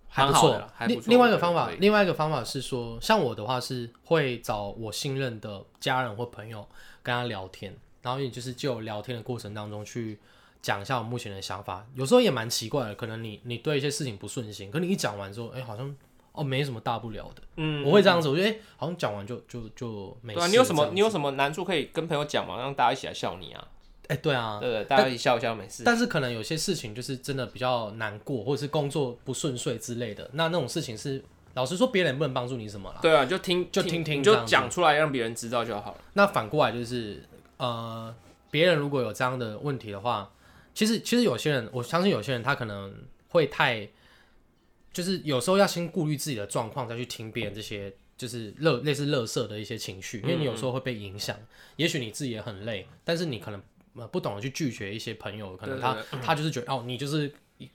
Speaker 1: 还不
Speaker 2: 蛮好的啦
Speaker 1: 错，
Speaker 2: 还
Speaker 1: 另
Speaker 2: 不错
Speaker 1: 另外一
Speaker 2: 我
Speaker 1: 个
Speaker 2: 觉得
Speaker 1: 方法
Speaker 2: 可以，
Speaker 1: 另外一个方法是说，像我的话是会找我信任的家人或朋友跟他聊天，然后也就是就聊天的过程当中去讲一下我目前的想法。有时候也蛮奇怪的，可能你你对一些事情不顺心，可你一讲完之后，哎、好像哦没什么大不了的。
Speaker 2: 嗯，
Speaker 1: 我会这样子，我觉得哎、好像讲完就就就没
Speaker 2: 对
Speaker 1: 事。
Speaker 2: 啊，你有什
Speaker 1: 这
Speaker 2: 么
Speaker 1: 样
Speaker 2: 你有什么难处可以跟朋友讲嘛，让大家一起来笑你啊，
Speaker 1: 哎、对啊，
Speaker 2: 对不对？大家一起笑一笑没事。
Speaker 1: 但是可能有些事情就是真的比较难过，或者是工作不顺遂之类的。那那种事情是老实说，别人也不能帮助你什么啦。
Speaker 2: 对啊，就听
Speaker 1: 就听听
Speaker 2: 你
Speaker 1: 这
Speaker 2: 就
Speaker 1: 样子
Speaker 2: 讲出来让别人知道就好了。
Speaker 1: 那反过来就是，呃，别人如果有这样的问题的话，其实其实有些人，我相信有些人他可能会太，就是有时候要先顾虑自己的状况，再去听别人这些就是乐类似乐色的一些情绪，
Speaker 2: 嗯
Speaker 1: 因为你有时候会被影响。也许你自己也很累，但是你可能呃不懂得去拒绝一些朋友，可能
Speaker 2: 对
Speaker 1: 他他就是觉得哦，你就是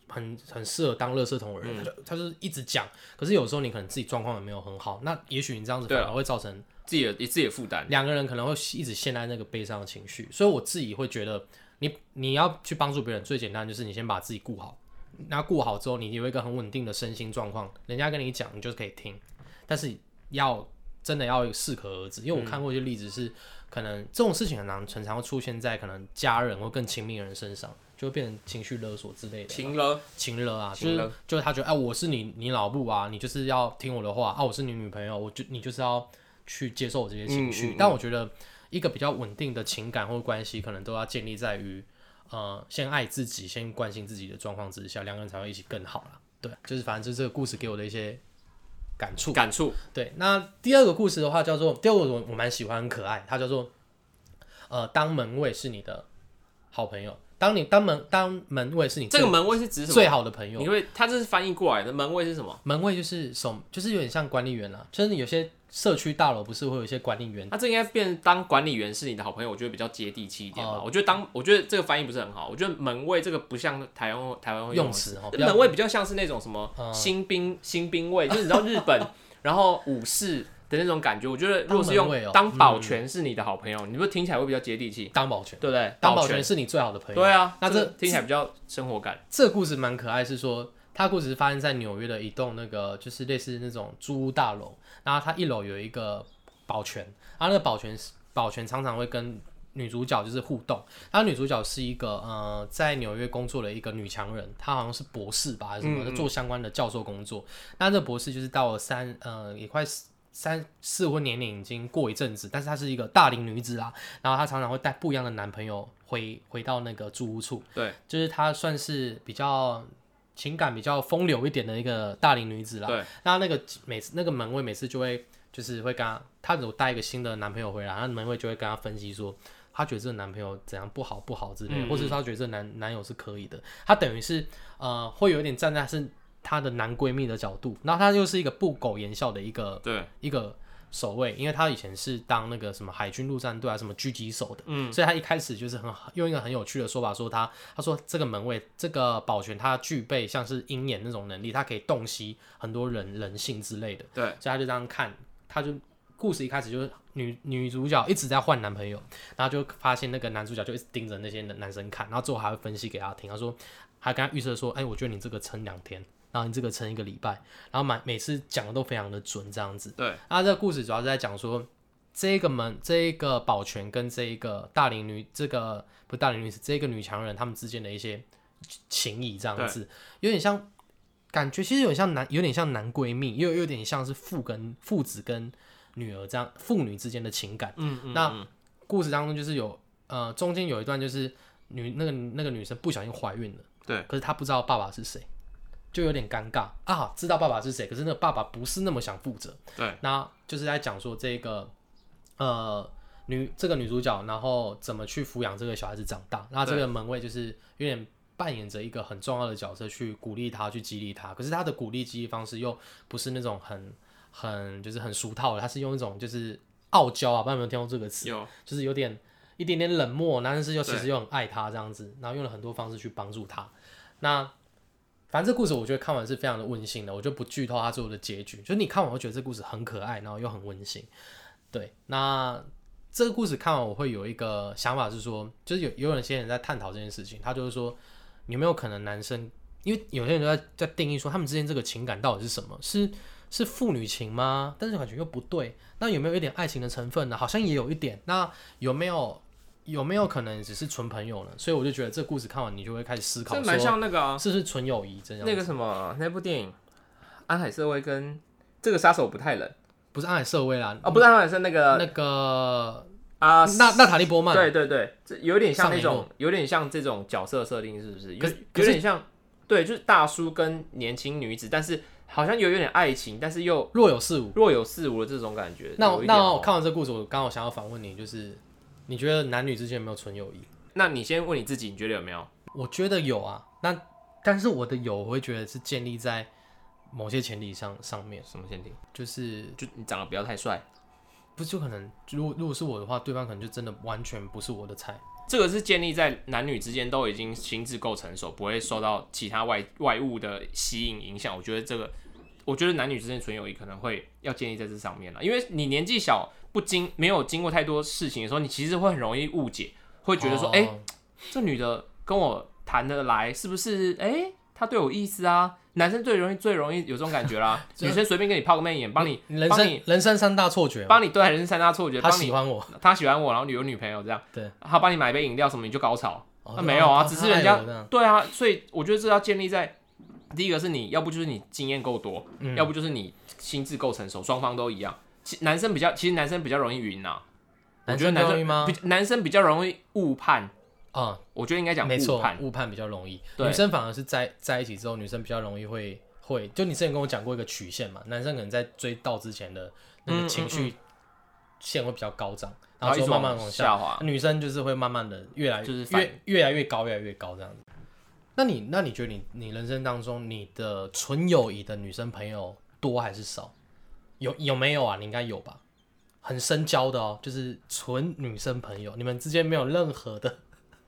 Speaker 1: 很很适合当乐色桶的
Speaker 2: 嗯
Speaker 1: 人，他就他就是一直讲。可是有时候你可能自己状况也没有很好，那也许你这样子
Speaker 2: 对
Speaker 1: 反
Speaker 2: 啊
Speaker 1: 而会造成。
Speaker 2: 自己的自己的负担，
Speaker 1: 两个人可能会一直陷在那个悲伤的情绪，所以我自己会觉得你，你要去帮助别人，最简单就是你先把自己顾好，那顾好之后，你有一个很稳定的身心状况，人家跟你讲，你就可以听，但是要真的要适可而止，因为我看过一些例子是，可能这种事情很难，很常会出现在可能家人或更亲密的人身上，就会变成情绪勒索之类的。
Speaker 2: 情了，
Speaker 1: 情了啊，就
Speaker 2: 情
Speaker 1: 是就是他觉得哎、我是你你老布啊，你就是要听我的话啊，我是你女朋友，我就你就是要去接受我这些情绪。
Speaker 2: 嗯嗯嗯
Speaker 1: 但我觉得一个比较稳定的情感或关系，可能都要建立在于呃，先爱自己，先关心自己的状况之下，两个人才会一起更好啦。对，就是反正就是这个故事给我的一些感触。
Speaker 2: 感触，
Speaker 1: 对，那第二个故事的话叫做第二个我我蛮喜欢，很可爱，它叫做呃，当门卫是你的好朋友，当你当门当门卫是你
Speaker 2: 这
Speaker 1: 最
Speaker 2: 个门卫是指什么？
Speaker 1: 最好的朋友
Speaker 2: 你，会，他这是翻译过来的，门卫是什么？
Speaker 1: 门卫就是手就是有点像管理员啦，就是有些社区大楼不是会有一些管理员
Speaker 2: 那这应该变成当管理员是你的好朋友，我觉得比较接地气一点吧。
Speaker 1: 哦
Speaker 2: 我觉得当我觉得这个翻译不是很好，我觉得门卫这个不像台湾台湾会
Speaker 1: 用
Speaker 2: 词，
Speaker 1: 词哦哈，比较
Speaker 2: 门卫比较像啊是那种什么
Speaker 1: 哦
Speaker 2: 新兵、新兵卫，就是你知道日本 然后武士的那种感觉。我觉得如果是
Speaker 1: 当门卫
Speaker 2: 用
Speaker 1: 哦
Speaker 2: 当保全是你的好朋友，你不是听起来会比较接地气，
Speaker 1: 当保全，
Speaker 2: 对不对？
Speaker 1: 当
Speaker 2: 保
Speaker 1: 保全是你最好的朋友。
Speaker 2: 对啊，
Speaker 1: 那
Speaker 2: 这
Speaker 1: 这
Speaker 2: 个听起来比较生活感。
Speaker 1: 这个故事蛮可爱，是说他故事是发生在纽约的一栋那个就是类似那种租屋大楼，然后它一楼有一个保全，然后那个保全是保全常常会跟女主角就是互动，然后女主角是一个呃在纽约工作的一个女强人，她好像是博士吧还是什么，
Speaker 2: 嗯嗯
Speaker 1: 就做相关的教授工作。那这博士就是到了三呃也快四三四婚年龄已经过一阵子，但是她是一个大龄女子啦，然后她常常会带不一样的男朋友回回到那个住屋处。
Speaker 2: 对
Speaker 1: 就是她算是比较情感比较风流一点的一个大龄女子啦。
Speaker 2: 对，
Speaker 1: 那那个每次那个门卫每次就会就是会跟她，她有带一个新的男朋友回来，然后门卫就会跟她分析说，她觉得这个男朋友怎样不好不好之类的，
Speaker 2: 嗯
Speaker 1: 或者是她觉得这个男男友是可以的，她等于是呃会有一点站在是她的男闺蜜的角度，然后她又是一个不苟言笑的一个
Speaker 2: 对，
Speaker 1: 一个守卫，因为他以前是当那个什么海军陆战队啊，什么狙击手的，
Speaker 2: 嗯，
Speaker 1: 所以他一开始就是很用一个很有趣的说法说他，他说这个门卫这个保全他具备像是鹰眼那种能力，他可以洞悉很多人人性之类的，
Speaker 2: 对
Speaker 1: 所以他就这样看，他就故事一开始就是女女主角一直在换男朋友，然后就发现那个男主角就一直盯着那些男男生看，然后最后还会分析给他听，他说还跟他预测说，哎，我觉得你这个撑两天，然后你这个撑一个礼拜，然后每每次讲的都非常的准这样子。
Speaker 2: 对，
Speaker 1: 那这个故事主要是在讲说，这个门这一个保全跟这一个大龄女这个不是大龄女是这个女强人他们之间的一些情谊这样子，有点像。感觉其实有点像男，有点像男闺蜜，又有点像是父跟父子跟女儿这样父女之间的情感。
Speaker 2: 嗯嗯，
Speaker 1: 那
Speaker 2: 嗯
Speaker 1: 故事当中就是有呃，中间有一段就是女那个那个女生不小心怀孕了，
Speaker 2: 对，
Speaker 1: 可是她不知道爸爸是谁，就有点尴尬啊。知道爸爸是谁，可是那个爸爸不是那么想负责。
Speaker 2: 对，
Speaker 1: 那就是在讲说这个呃女这个女主角，然后怎么去抚养这个小孩子长大。那这个门卫就是有点扮演着一个很重要的角色，去鼓励她，去激励她。可是她的鼓励激励方式又不是那种很很就是很俗套的，她是用一种就是傲娇啊，不知道有没有听过这个词？
Speaker 2: 有
Speaker 1: 就是有点一点点冷漠，但是又
Speaker 2: 对
Speaker 1: 其实又很爱他这样子，然后用了很多方式去帮助他。那反正这故事我觉得看完是非常的温馨的，我就不剧透它最后的结局。就是你看完会觉得这故事很可爱，然后又很温馨。对，那这个故事看完我会有一个想法是说，就是有有有些人在探讨这件事情，他就是说有没有可能男生，因为有些人就在在定义说他们之间这个情感到底是什么？是是父女情吗？但是感觉又不对。那有没有一点爱情的成分呢？好像也有一点。那有没有有没有可能只是纯朋友呢？所以我就觉得这故事看完，你就会开始思考
Speaker 2: 这
Speaker 1: 说，
Speaker 2: 蛮像那个啊，
Speaker 1: 是不是纯友谊这样？
Speaker 2: 那个什么那部电影，安海瑟薇跟这个杀手不太冷
Speaker 1: 不是暗海社会啦，
Speaker 2: 啊，不是安海瑟那个
Speaker 1: 那个
Speaker 2: 啊，
Speaker 1: 娜娜塔莉波曼，
Speaker 2: 对对对，这有点像那
Speaker 1: 上一
Speaker 2: 种，有点像这种角色设定，是不是？有
Speaker 1: 可是
Speaker 2: 有
Speaker 1: 可是
Speaker 2: 点像，对，就是大叔跟年轻女子，但是好像有有点爱情，但是又
Speaker 1: 若有似无。
Speaker 2: 若有似无的这种感觉。
Speaker 1: 那
Speaker 2: 有
Speaker 1: 我
Speaker 2: 一点
Speaker 1: 那
Speaker 2: 哦
Speaker 1: 我看完这故事，我刚好想要反问你，就是你觉得男女之间有没有纯友谊？
Speaker 2: 那你先问你自己，你觉得有没有？
Speaker 1: 我觉得有啊，那但是我的有，我会觉得是建立在某些前提上上面，
Speaker 2: 什么限定？
Speaker 1: 就是
Speaker 2: 就你长得不要太帅，
Speaker 1: 不就可能，如果如果是我的话，对方可能就真的完全不是我的菜。
Speaker 2: 这个是建立在男女之间都已经心智够成熟，不会受到其他外外物的吸引影响。我觉得这个，我觉得男女之间的纯友谊可能会要建立在这上面了，因为你年纪小，不经没有经过太多事情的时候，你其实会很容易误解，会觉得说，
Speaker 1: 哦
Speaker 2: 哎、这女的跟我谈得来，是不是？哎、她他对我有意思啊。男生最容易最容易有这种感 觉啦，
Speaker 1: 这
Speaker 2: 女生随便跟你泡个媚眼，帮你
Speaker 1: 人
Speaker 2: 帮
Speaker 1: 生
Speaker 2: 你
Speaker 1: 人生三大错觉嘛，
Speaker 2: 帮你对人生三大错觉，
Speaker 1: 他
Speaker 2: 帮
Speaker 1: 喜
Speaker 2: 你
Speaker 1: 欢我，
Speaker 2: 他喜欢我，然后你有女朋友这样，
Speaker 1: 对，
Speaker 2: 他帮你买杯饮料什么你就高潮，
Speaker 1: 哦
Speaker 2: 那没有啊
Speaker 1: 他
Speaker 2: 只是
Speaker 1: 他
Speaker 2: 人
Speaker 1: 爱
Speaker 2: 家
Speaker 1: 我这样
Speaker 2: 对啊，所以我觉得这要建立在第一个是你要不就是你经验够多，
Speaker 1: 嗯
Speaker 2: 要不就是你心智够成熟，双方都一样。其男生比较，其实男生比较容易晕呐、我觉得男
Speaker 1: 比较容易
Speaker 2: 生
Speaker 1: 吗？
Speaker 2: 比男生比较容易误判，
Speaker 1: 啊，
Speaker 2: 我觉得应该讲
Speaker 1: 没
Speaker 2: 误
Speaker 1: 错
Speaker 2: 判，，
Speaker 1: 误判比较容易。
Speaker 2: 对
Speaker 1: 女生反而是在在一起之后，女生比较容易会会，就你之前跟我讲过一个曲线嘛，男生可能在追到之前的那
Speaker 2: 嗯嗯
Speaker 1: 个情绪线会比较高涨，
Speaker 2: 然后一
Speaker 1: 之
Speaker 2: 直
Speaker 1: 后慢慢往
Speaker 2: 下滑。
Speaker 1: 女生就是会慢慢的越来
Speaker 2: 就是反
Speaker 1: 越越来越高，越来越高这样子。那你那你觉得你你人生当中你的纯友谊的女生朋友多还是少？有有没有啊？你应该有吧？很深交的哦，就是纯女生朋友，你们之间没有任何的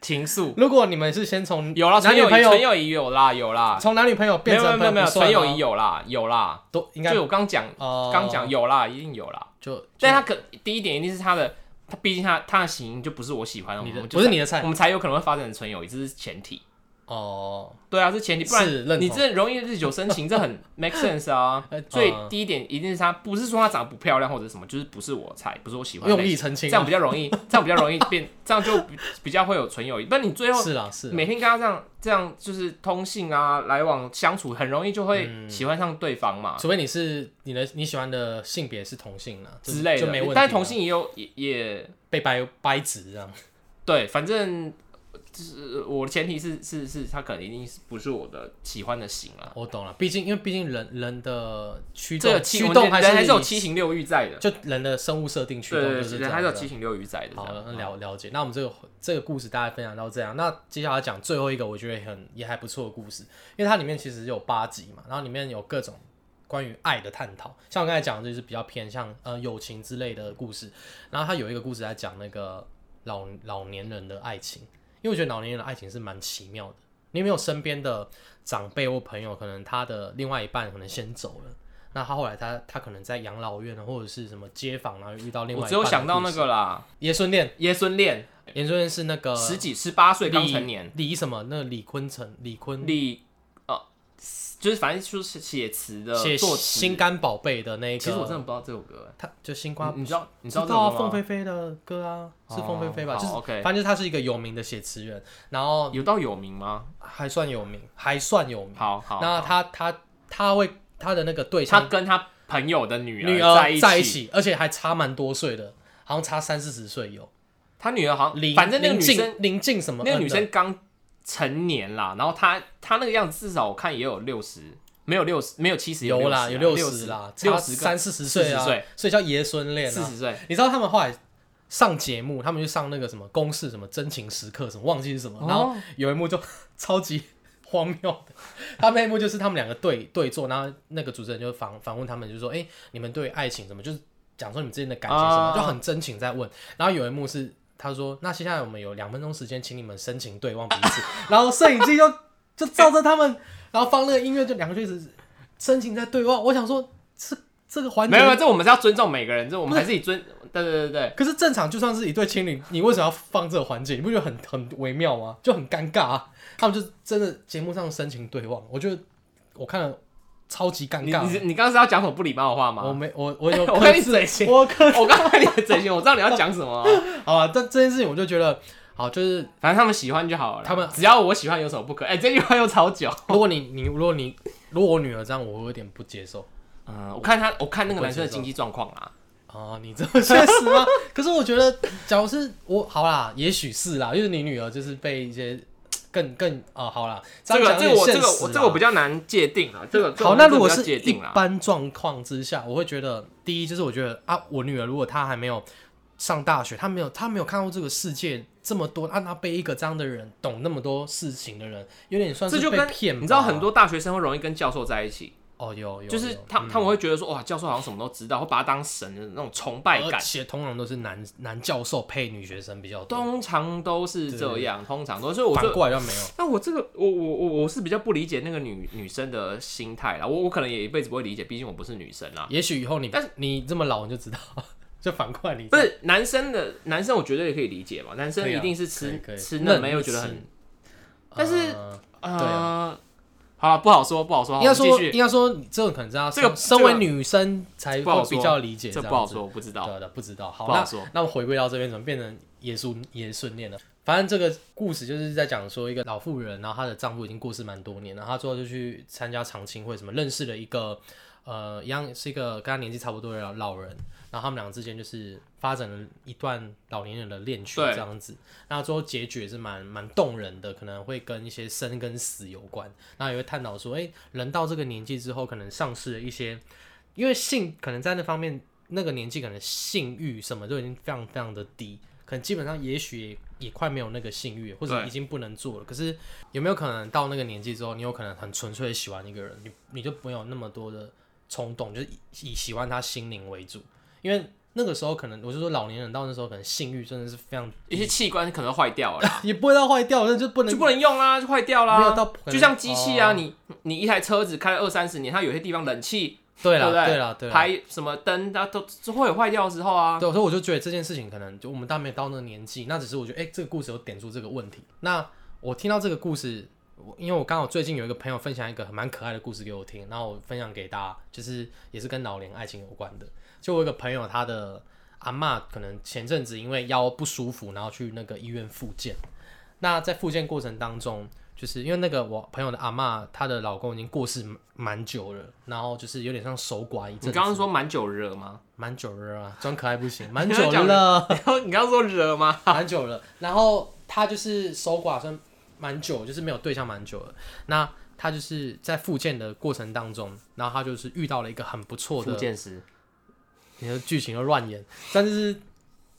Speaker 2: 情愫
Speaker 1: 如果你们是先从
Speaker 2: 有啦，
Speaker 1: 男
Speaker 2: 纯
Speaker 1: 女
Speaker 2: 友谊
Speaker 1: 朋
Speaker 2: 纯
Speaker 1: 友
Speaker 2: 友谊有啦有啦，
Speaker 1: 从男女朋友
Speaker 2: 没
Speaker 1: 变
Speaker 2: 有没
Speaker 1: 成
Speaker 2: 有没有没有
Speaker 1: 朋
Speaker 2: 纯
Speaker 1: 友
Speaker 2: 友
Speaker 1: 不算
Speaker 2: 谊
Speaker 1: 吗
Speaker 2: 有啦有啦，
Speaker 1: 都应该
Speaker 2: 就我刚讲
Speaker 1: 哦
Speaker 2: 刚讲有啦，一定有啦。
Speaker 1: 就
Speaker 2: 但他可第一点一定是他的，他毕竟他他的型就不是我喜欢的，我
Speaker 1: 你的
Speaker 2: 嗯们就
Speaker 1: 不是你的菜
Speaker 2: 我们才有可能会发展成纯友谊，这是前提。
Speaker 1: 哦，
Speaker 2: 对啊，这前提，不
Speaker 1: 是认同
Speaker 2: 然你这容易日久生情，这很 make sense 啊
Speaker 1: 呃。
Speaker 2: 所以
Speaker 1: 嗯
Speaker 2: 第一点一定是他，不是说他长得不漂亮或者什么，就是不是我菜，不是我喜欢的
Speaker 1: 用
Speaker 2: 类
Speaker 1: 力
Speaker 2: 型，
Speaker 1: 澄清
Speaker 2: 这
Speaker 1: 啊，
Speaker 2: 样比较 容易，这样比较容易变，这样就比比较会有纯友谊。但你最后
Speaker 1: 是啊啦是啦
Speaker 2: 每天跟他这样这样就是通信啊，来往相处，很容易就
Speaker 1: 嗯
Speaker 2: 会喜欢上对方嘛。
Speaker 1: 除非你是你的你喜欢的性别是同性啦就
Speaker 2: 之类
Speaker 1: 就没问
Speaker 2: 的，
Speaker 1: 题。啊
Speaker 2: 但是同性也有也也
Speaker 1: 被掰掰直这样，
Speaker 2: 对，反正就是我的前提是是是他可能一定是不是我的喜欢的型啊，
Speaker 1: 我懂了。毕竟因为毕竟人人的驱
Speaker 2: 这
Speaker 1: 动
Speaker 2: 个七
Speaker 1: 驱
Speaker 2: 我
Speaker 1: 动
Speaker 2: 们
Speaker 1: 还
Speaker 2: 人还是有
Speaker 1: 以
Speaker 2: 七情六欲在的，
Speaker 1: 就人的生物设定驱
Speaker 2: 对
Speaker 1: 动
Speaker 2: 对
Speaker 1: 就
Speaker 2: 对，
Speaker 1: 是
Speaker 2: 人
Speaker 1: 这
Speaker 2: 还是有
Speaker 1: 样啊
Speaker 2: 七情六欲在的。
Speaker 1: 好，那
Speaker 2: 这样，嗯
Speaker 1: 了了解。那我们这个这个故事大概分享到这样。那接下来讲最后一个，我觉得很也还不错的故事，因为它里面其实有八集嘛，然后里面有各种关于爱的探讨。像我刚才讲的，就是比较偏向呃友情之类的故事。然后它有一个故事在讲那个老老年人的爱情，因为我觉得老年人的爱情是蛮奇妙的。你有没有身边的长辈或朋友，可能他的另外一半可能先走了，那他后来他他可能在养老院啊或者是什么街坊，然后遇到另外一
Speaker 2: 我
Speaker 1: 半
Speaker 2: 只
Speaker 1: 的故
Speaker 2: 有
Speaker 1: 事，
Speaker 2: 想到那个啦，
Speaker 1: 爷孙恋。
Speaker 2: 爷孙恋，
Speaker 1: 严尊院是那个
Speaker 2: 十几十八岁刚成年，
Speaker 1: 李什么？那李坤城，李坤
Speaker 2: 李呃，就是反正就是写词的
Speaker 1: 写《
Speaker 2: 作词。
Speaker 1: 心肝宝贝》的那个，
Speaker 2: 其实我真的不知道这首歌，
Speaker 1: 他就心
Speaker 2: 哎
Speaker 1: 瓜，
Speaker 2: 你你知道你
Speaker 1: 你
Speaker 2: 知道这
Speaker 1: 啊？
Speaker 2: 首歌
Speaker 1: 凤
Speaker 2: 吗？
Speaker 1: 飞飞的歌啊，是凤飞飞吧？
Speaker 2: 哦
Speaker 1: 就是
Speaker 2: 好 OK
Speaker 1: 反正就是他是一个有名的写词人，然后
Speaker 2: 有到有名吗？
Speaker 1: 还算有名，还算有名。
Speaker 2: 好好，
Speaker 1: 那他他他会他的那个对
Speaker 2: 他
Speaker 1: 象
Speaker 2: 跟他朋友的女
Speaker 1: 女
Speaker 2: 儿
Speaker 1: 儿在
Speaker 2: 一
Speaker 1: 一，起，而且还差蛮多岁的，好像差三四十岁有。
Speaker 2: 他女儿好像
Speaker 1: 林
Speaker 2: 反正那个
Speaker 1: 林
Speaker 2: 女
Speaker 1: 静
Speaker 2: 生
Speaker 1: 林静什么呃嗯
Speaker 2: 那个
Speaker 1: 恩
Speaker 2: 女
Speaker 1: 的
Speaker 2: 生刚成年啦，然后她她那个样子至少我看也有六十，没有六十，没有七十，
Speaker 1: 有啦，
Speaker 2: 有
Speaker 1: 六
Speaker 2: 十啊
Speaker 1: 十啦，
Speaker 2: 六
Speaker 1: 差
Speaker 2: 十
Speaker 1: 三四十岁啊
Speaker 2: 40岁，
Speaker 1: 所以叫爷孙恋
Speaker 2: 四
Speaker 1: 啊
Speaker 2: 十。岁，
Speaker 1: 你知道他们后来上节目，他们就上那个什么公式什么真情时刻什么，忘记是什么，
Speaker 2: 哦
Speaker 1: 然后有一幕就 超级荒谬的，他们那一幕就是他们两个对对坐，然后那个主持人就访访问他们，就说：“哎、你们对爱情怎么就是讲说你们之间的感情什么，
Speaker 2: 啊
Speaker 1: 就很真情在问。”然后有一幕是。他说：“那现在我们有两分钟时间，请你们深情对望彼此。”然后摄影机就就照着他们，然后放那个音乐，就两个就一直深情在对望。我想说，这这个环节
Speaker 2: 没有没有，这我们是要尊重每个人，这我们还是 以尊，对对对对，
Speaker 1: 可是正常，就算是一对情侣，你为什么要放这个环节？你不觉得很很微妙吗？就很尴尬啊！他们就真的节目上深情对望，我觉得我看了超级尴
Speaker 2: 你
Speaker 1: 尬。
Speaker 2: 你你刚刚是啊要讲什么不礼貌的话
Speaker 1: 我
Speaker 2: 吗？
Speaker 1: 没我我有
Speaker 2: 我看 你
Speaker 1: 克制
Speaker 2: 嘴型，
Speaker 1: 我克
Speaker 2: 我刚看你的嘴型，我知道你要讲什么啊，
Speaker 1: 好啊！但这件事情我就觉得，好，就是
Speaker 2: 反正他们喜欢就好了啦，
Speaker 1: 他们
Speaker 2: 只要我喜欢有什么不可？哎，这句话又超久。
Speaker 1: 如果你你如果你如果我女儿这样，我会有点不接受
Speaker 2: 嗯，我看他，我看那个男生的经济状况啦，
Speaker 1: 啊！你这 么现实吗？可是我觉得，假如是我好啦，也许是啦，就是你女儿就是被一些更更啊、好啦，
Speaker 2: 这个
Speaker 1: 样讲
Speaker 2: 这
Speaker 1: 有点
Speaker 2: 个我这
Speaker 1: 现
Speaker 2: 个
Speaker 1: 实
Speaker 2: 我
Speaker 1: 啦
Speaker 2: 这个我比较难界定啊，这个这个
Speaker 1: 好，
Speaker 2: 我
Speaker 1: 那
Speaker 2: 比
Speaker 1: 如果
Speaker 2: 较
Speaker 1: 是
Speaker 2: 界
Speaker 1: 一
Speaker 2: 定啦，
Speaker 1: 般状况之下，我会觉得，第一就是我觉得啊，我女儿如果她还没有上大学，她没有她没有看过这个世界这么多，啊，她被一个这样的人懂那么多事情的人，有点算
Speaker 2: 这
Speaker 1: 是
Speaker 2: 就
Speaker 1: 被
Speaker 2: 跟
Speaker 1: 骗吧。
Speaker 2: 你知道很多大学生会容易跟教授在一起，
Speaker 1: 哦，有有
Speaker 2: 就是
Speaker 1: 有
Speaker 2: 他
Speaker 1: 嗯
Speaker 2: 他们会觉得说哇，教授好像什么都知道，会把他当神的那种崇拜
Speaker 1: 而
Speaker 2: 感。
Speaker 1: 且通常都是男男教授配女学生比较多，
Speaker 2: 通常都是这样，通常都是所以啊我
Speaker 1: 反
Speaker 2: 就
Speaker 1: 过来就没有。
Speaker 2: 那我这个我我我我是比较不理解那个女女生的心态啦，我我可能也一辈子不会理解，毕竟我不是女生啦。
Speaker 1: 也许以后你
Speaker 2: 但
Speaker 1: 你这么老你就知道， 就反过来你
Speaker 2: 不是男生的男生，我绝对也可以理解嘛，男生
Speaker 1: 可以啊
Speaker 2: 一定是
Speaker 1: 可
Speaker 2: 吃
Speaker 1: 以可以
Speaker 2: 吃
Speaker 1: 嫩
Speaker 2: 嫩没有觉得
Speaker 1: 吃
Speaker 2: 很，但是
Speaker 1: 呃
Speaker 2: 呃，好了，不好说，不好说。好
Speaker 1: 应该
Speaker 2: 我们
Speaker 1: 说
Speaker 2: 继续
Speaker 1: 应该说你这个可能知道，
Speaker 2: 这个
Speaker 1: 身
Speaker 2: 这个
Speaker 1: 为女生才
Speaker 2: 不好
Speaker 1: 会
Speaker 2: 说
Speaker 1: 比较理解，
Speaker 2: 这不好，说，我不知道。
Speaker 1: 对啊的，不知道。好，
Speaker 2: 不好
Speaker 1: 那
Speaker 2: 说
Speaker 1: 那我回归到这边，怎么变成耶稣耶顺念了？反正这个故事就是在讲说，一个老妇人，然后她的丈夫已经过世蛮多年，然后她最后就去参加长青会，什么认识了一个呃，一样是一个跟她年纪差不多的老老人，然后他们俩之间就是发展了一段老年人的恋曲
Speaker 2: 对
Speaker 1: 这样子，那最后结局也是蛮蛮动人的，可能会跟一些生跟死有关，那也会探讨说，哎、人到这个年纪之后，可能丧失了一些，因为性可能在那方面，那个年纪可能性欲什么都已经非常非常的低，可能基本上也许也也快没有那个性欲，或者
Speaker 2: 对
Speaker 1: 已经不能做了。可是有没有可能到那个年纪之后，你有可能很纯粹的喜欢一个人，你你就没有那么多的冲动，就是以以喜欢他心灵为主，因为。那个时候可能，我就说老年人到那时候可能性欲真的是非常，
Speaker 2: 一些器官可能坏 掉了，
Speaker 1: 也不会到坏掉，但就不能
Speaker 2: 就不能用啦，就坏掉
Speaker 1: 没有
Speaker 2: 啦。
Speaker 1: 到可能，
Speaker 2: 就像机器啊，
Speaker 1: 哦
Speaker 2: 你你一台车子开了二三十年，它有些地方冷气、
Speaker 1: 对了
Speaker 2: 对不对
Speaker 1: 对了啊对了，
Speaker 2: 排什么灯，它都都会有坏掉的时候啊。
Speaker 1: 对，所以我就觉得这件事情可能就我们大没有到那个年纪，那只是我觉得，哎、这个故事有点出这个问题。那我听到这个故事，我因为我刚好最近有一个朋友分享一个很蛮可爱的故事给我听，然后我分享给大家，就是也是跟老年爱情有关的。就我有一个朋友，他的阿嬷可能前阵子因为腰不舒服，然后去那个医院复健。那在复健过程当中，就是因为那个我朋友的阿嬷，她的老公已经过世蛮蛮久了，然后就是有点像守寡一阵子。
Speaker 2: 你刚刚说蛮久惹吗？
Speaker 1: 蛮久了啊，装可爱不行，蛮
Speaker 2: 你
Speaker 1: 久
Speaker 2: 刚刚
Speaker 1: 了。
Speaker 2: 你刚刚说惹吗？
Speaker 1: 蛮久了。然后他就是守寡算蛮久，就是没有对象蛮久了。那他就是在复健的过程当中，然后他就是遇到了一个很不错
Speaker 2: 福
Speaker 1: 的，
Speaker 2: 建师，
Speaker 1: 你的剧情又乱演，但是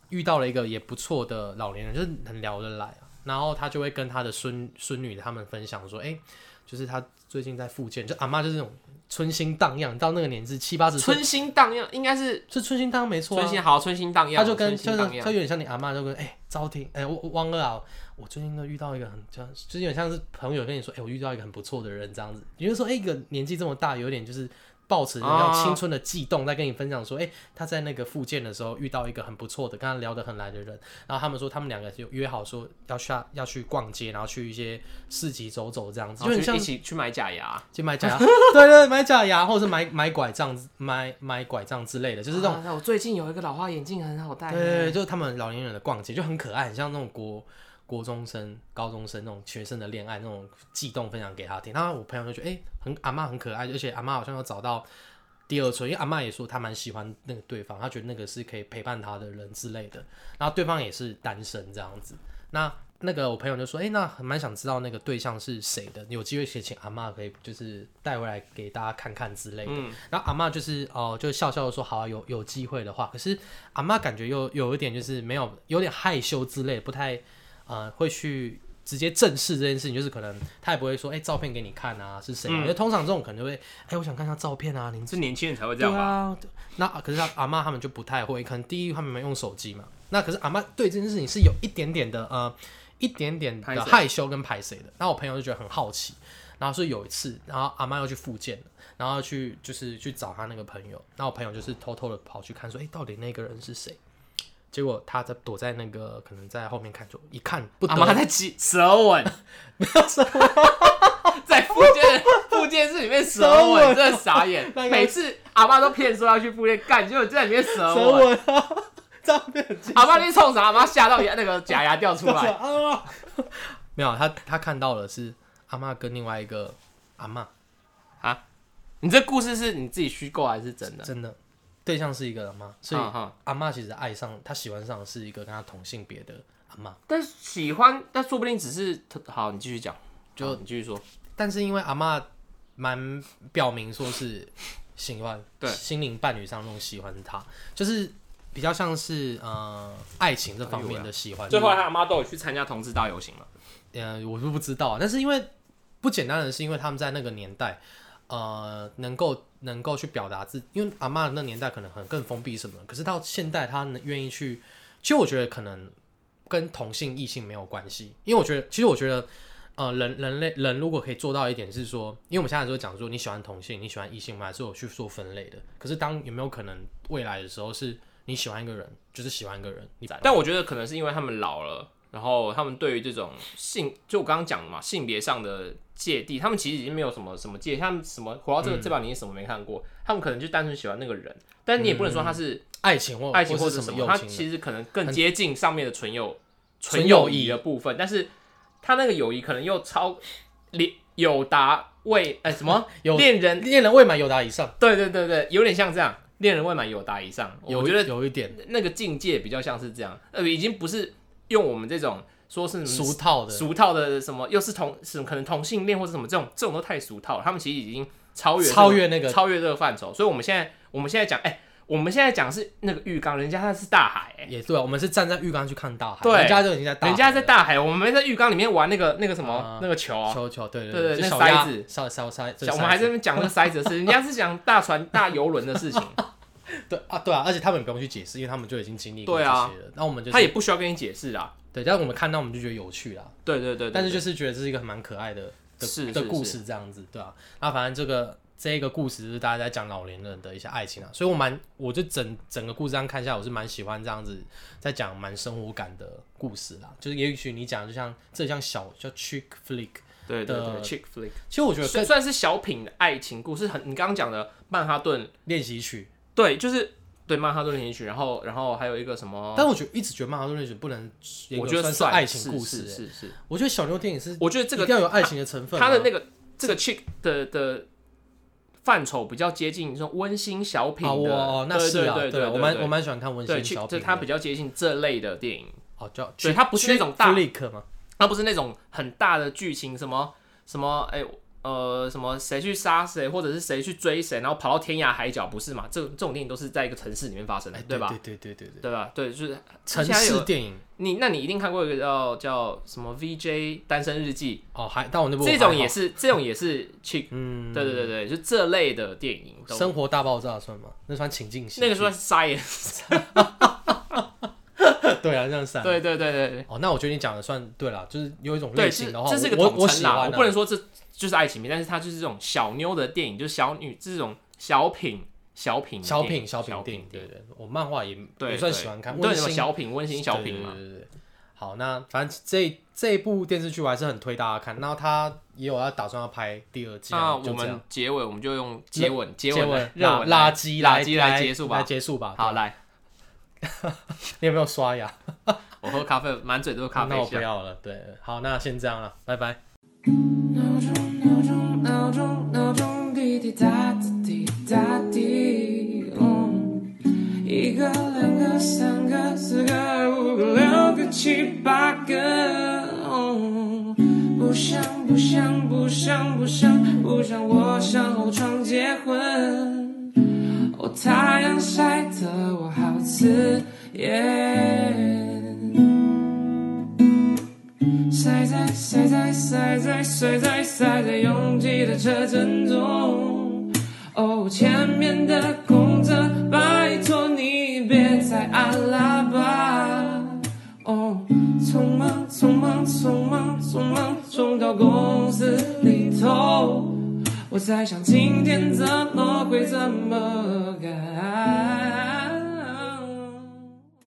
Speaker 1: 遇到了一个也不错的老年人，就是很聊得来啊。然后他就会跟他的孙孙女他们分享说，哎、就是他最近在复健，就阿妈就是那种春心荡漾，到那个年纪七八十岁，
Speaker 2: 春心荡漾，应该是
Speaker 1: 是春心荡漾没错、啊，
Speaker 2: 春心好，春心荡漾，
Speaker 1: 他就跟
Speaker 2: 春
Speaker 1: 就
Speaker 2: 心
Speaker 1: 是
Speaker 2: 荡
Speaker 1: 他
Speaker 2: 漾。
Speaker 1: 有点像你阿妈，就跟哎、招婷哎、我我汪二啊，我最近都遇到一个很像，就是有点像是朋友跟你说，哎、我遇到一个很不错的人这样子，也就是说，哎、一个年纪这么大，有点就是抱持那
Speaker 2: 啊
Speaker 1: 种青春的悸动，在跟你分享说，哎、他在那个复健的时候遇到一个很不错的，跟他聊得很来的人，然后他们说他们两个就约好说要下要去逛街，然后去一些市集走走这样子，就
Speaker 2: 然后
Speaker 1: 很
Speaker 2: 就
Speaker 1: 像
Speaker 2: 一哦起去买假牙，
Speaker 1: 去买假牙， 对对，买假牙或者是买买拐杖、买买拐杖之类的，就是这种。
Speaker 2: 啊那我最近有一个老花眼镜很好戴，欸
Speaker 1: 对，就是他们老年人的逛街就很可爱，很像那种国国中生、高中生那种学生的恋爱那种悸动，分享给他听。然后我朋友就觉得，哎、很阿妈很可爱，而且阿妈好像有找到第二春，因为阿妈也说她蛮喜欢那个对方，她觉得那个是可以陪伴她的人之类的。然后对方也是单身这样子，那。那个我朋友就说，哎、那很蛮想知道那个对象是谁的，有机会也请阿妈可以就是带回来给大家看看之类的。然后阿妈就是哦、就笑笑的说，好啊、有有机会的话，可是阿妈感觉又有一点就是没有，有点害羞之类，不太呃会去直接正视这件事情，就是可能她也不会说，哎、照片给你看啊，是谁、啊？因为通常这种可能就会，哎、我想看一下照片啊，您
Speaker 2: 是年轻人才会
Speaker 1: 对啊，那可是他阿妈他们就不太会，可能第一他们没用手机嘛，那可是阿妈对这件事情是有一点点的呃，一点点
Speaker 2: 排斥
Speaker 1: 的害羞跟排斥的。那我朋友就觉得很好奇，然后所以有一次，然后阿妈要去复健了，然后去就是去找他那个朋友，那我朋友就是偷偷的跑去看说，哎、到底那个人是谁？结果他在躲在那个可能在后面看，就一看不得
Speaker 2: 阿 妈在起舌 吻， 在附件附件室里面舌
Speaker 1: 舌吻
Speaker 2: 吻，真的傻眼。
Speaker 1: 那个
Speaker 2: 每次阿妈都骗说要去附件干，结果就在里面舌
Speaker 1: 舌
Speaker 2: 吻。
Speaker 1: 吻啊， 照片很
Speaker 2: 阿妈你冲啥？阿妈吓到牙那个假牙掉出来。
Speaker 1: 啊！ 没有，他他看到的是阿嬷跟另外一个阿嬷，
Speaker 2: 你这故事是你自己虚构还是真的？
Speaker 1: 真的对象是一个阿嬷，所以
Speaker 2: 嗯哼
Speaker 1: 阿嬷其实爱上他喜欢上的是一个跟他同性别的阿嬷，
Speaker 2: 但是喜欢，但说不定只是好。你继续讲，就你继续说。
Speaker 1: 但是因为阿嬷蛮表明说是喜欢，
Speaker 2: 对
Speaker 1: 心灵伴侣上那种喜欢他，就是比较像是呃爱情这方
Speaker 2: 哎呦
Speaker 1: 面
Speaker 2: 喂
Speaker 1: 的喜欢。
Speaker 2: 最后来他阿妈都有去参加同志大游行了。
Speaker 1: 呃，我是不知道啊，但是因为不简单的是，因为他们在那个年代，呃，能够能够去表达自，因为阿妈那年代可能很更封闭什么的，可是到现代，他能愿意去，其实我觉得可能跟同性异性没有关系，因为我觉得，其实我觉得。呃，人人类人如果可以做到一点是说，因为我们现在就讲说你喜欢同性，你喜欢异性，我们还是有去做分类的。可是当有没有可能未来的时候，是你喜欢一个人就是喜欢一个人，你
Speaker 2: 但我觉得可能是因为他们老了，然后他们对于这种性，就我刚刚讲的嘛，性别上的芥蒂，他们其实已经没有什么什么芥，他们什么活到
Speaker 1: 嗯
Speaker 2: 这、这把年纪什么没看过，他们可能就单纯喜欢那个人，但你也不能说他是
Speaker 1: 爱情或
Speaker 2: 爱情
Speaker 1: 嗯或
Speaker 2: 或
Speaker 1: 是
Speaker 2: 什
Speaker 1: 么
Speaker 2: 他
Speaker 1: 友情的，
Speaker 2: 其实可能更接近上面的纯友
Speaker 1: 纯
Speaker 2: 纯
Speaker 1: 友
Speaker 2: 友谊
Speaker 1: 谊
Speaker 2: 的部分，但是他那个友谊可能又超连友达为哎、什么
Speaker 1: 有
Speaker 2: 恋人，
Speaker 1: 恋人未满有达以上，
Speaker 2: 对对对对，有点像这样，恋人未满友达以上，
Speaker 1: 有
Speaker 2: 我觉得
Speaker 1: 有一点
Speaker 2: 那个境界比较像是这样，呃，已经不是用我们这种说是什么
Speaker 1: 嗯俗套的，
Speaker 2: 俗套的什么，又是同什么可能同性恋或者什么这种，这种都太俗套了。他们其实已经超越这个
Speaker 1: 超越那个
Speaker 2: 超越这个范畴，所以我们现在我们现在讲，哎、我们现在讲是那个浴缸，人家那是大海、哎
Speaker 1: 也对啊，我们是站在浴缸去看大海，
Speaker 2: 对
Speaker 1: 人家就已经在大海了，
Speaker 2: 人家在大海，我们在浴缸里面玩那个那个什么、
Speaker 1: 啊
Speaker 2: 那个球啊。
Speaker 1: 球球，对
Speaker 2: 对对
Speaker 1: 就
Speaker 2: 那
Speaker 1: 小
Speaker 2: 塞
Speaker 1: 鸭
Speaker 2: 子
Speaker 1: 小小塞，
Speaker 2: 小我们还在那
Speaker 1: 是
Speaker 2: 边讲那个塞子的事，人家是讲大船、大游轮的事情，
Speaker 1: 对啊，对啊，而且他们也不用去解释，因为他们就已经经历过这
Speaker 2: 对
Speaker 1: 些
Speaker 2: 啊
Speaker 1: 了。那我们就是
Speaker 2: 他也不需要跟你解释啊。
Speaker 1: 对，但是我们看到我们就觉得有趣啦。
Speaker 2: 对对对对
Speaker 1: 但是就是是觉得这是一个蛮可爱的的
Speaker 2: 是是
Speaker 1: 的
Speaker 2: 是
Speaker 1: 故事这样子，对啊。那反正这个这个故事就是大家在讲老年人的一些爱情啊，所以我蛮我就整整个故事这样看下来，我是蛮喜欢这样子在讲蛮生活感的故事啦。就是也许你讲就像这像小叫 chick flick，
Speaker 2: 对对对
Speaker 1: 的
Speaker 2: ，chick flick，
Speaker 1: 其实我觉得
Speaker 2: 算
Speaker 1: 更
Speaker 2: 算是小品的爱情故事，很你刚刚讲的曼哈顿
Speaker 1: 练习曲，
Speaker 2: 对，就是对曼哈顿连续曲，然后然后还有一个什么，
Speaker 1: 但我觉得一直觉得曼哈顿恋曲不能严
Speaker 2: 我
Speaker 1: 格
Speaker 2: 觉得
Speaker 1: 算是
Speaker 2: 算
Speaker 1: 爱情故
Speaker 2: 是
Speaker 1: 事、欸，
Speaker 2: 是是是
Speaker 1: 我觉得小妞电影是
Speaker 2: 我觉得这
Speaker 1: 一
Speaker 2: 个
Speaker 1: 定要有爱情的成分啊，
Speaker 2: 他的那个这个 chick 的的范畴比较接近这种温馨小品
Speaker 1: 哦
Speaker 2: 的，
Speaker 1: 哦，那
Speaker 2: 对
Speaker 1: 是啊，
Speaker 2: 对
Speaker 1: 对啊，我蛮
Speaker 2: 们
Speaker 1: 我蛮喜欢看温
Speaker 2: 对
Speaker 1: 馨
Speaker 2: chick
Speaker 1: 小
Speaker 2: 这
Speaker 1: 品的，
Speaker 2: 它比较接近这类的电影，
Speaker 1: 哦叫，
Speaker 2: 对它不是那种大
Speaker 1: flick 吗？
Speaker 2: 它不是那种很大的剧情，什么什么哎。呃，什么谁去杀谁，或者是谁去追谁，然后跑到天涯海角，不是嘛？这这种电影都是在一个城市里面发生的，
Speaker 1: 哎，
Speaker 2: 对吧
Speaker 1: 对？对对对对。
Speaker 2: 对吧？对，就是
Speaker 1: 城
Speaker 2: 现在有
Speaker 1: 市电影
Speaker 2: 你那你一定看过一个叫叫什么 VJ 单身日记，
Speaker 1: 哦，还但我那部我
Speaker 2: 这
Speaker 1: 还好
Speaker 2: 种也是这种也是 chick，
Speaker 1: 嗯，
Speaker 2: 对对对对，就这类的电影都
Speaker 1: 生活大爆炸算吗？那算情境戏，
Speaker 2: 那个算 science，
Speaker 1: 对啊，这样算。
Speaker 2: 对对对对对
Speaker 1: 哦，那我觉得你讲的算对啦，就是有一种类
Speaker 2: 对，是
Speaker 1: 型的话，
Speaker 2: 这是一个
Speaker 1: 我
Speaker 2: 统
Speaker 1: 我喜
Speaker 2: 称啦，
Speaker 1: 欢
Speaker 2: 我
Speaker 1: 啊
Speaker 2: 不能说这就是爱情片，但是它就是这种小妞的电影，就是小女这种小品小品的
Speaker 1: 小
Speaker 2: 电
Speaker 1: 品
Speaker 2: 影
Speaker 1: 小
Speaker 2: 小
Speaker 1: 品电影，
Speaker 2: 对
Speaker 1: 对对，我漫画也
Speaker 2: 对，
Speaker 1: 也算喜欢看，
Speaker 2: 对
Speaker 1: 温
Speaker 2: 什么
Speaker 1: 馨
Speaker 2: 小品温馨小品嘛，
Speaker 1: 对对对对对好，那反正这这一部电视剧我还是很推大家看，然后他也有要打算要拍第二季，
Speaker 2: 那
Speaker 1: 啊，
Speaker 2: 我
Speaker 1: 就这
Speaker 2: 们
Speaker 1: 样
Speaker 2: 结尾我们就用接吻接
Speaker 1: 接
Speaker 2: 吻来
Speaker 1: 吻
Speaker 2: 热
Speaker 1: 拉
Speaker 2: 吻
Speaker 1: 拉
Speaker 2: 来
Speaker 1: 鸡
Speaker 2: 拉
Speaker 1: 鸡
Speaker 2: 鸡来结束吧
Speaker 1: 来，结束吧。
Speaker 2: 好
Speaker 1: 对，
Speaker 2: 来，
Speaker 1: 你有没有刷牙？
Speaker 2: 我喝咖啡满嘴都是咖啡
Speaker 1: 哦那我
Speaker 2: 香
Speaker 1: 不。要了。对，好，那先这样了，拜拜。
Speaker 3: 闹钟，闹钟，闹钟，闹钟，滴滴答滴滴答滴，嗯，一个，两个，三个，四个，五个，六个，七八个，嗯，不想，不想，不想，不想，不想，我想后窗结婚。哦，太阳晒得我好刺眼。塞在塞在塞在塞在塞在拥挤的车阵中。哦，前面的空着，拜托你别再按喇叭。哦，匆忙匆忙匆忙匆忙冲到公司里头，我在想今天怎么会这么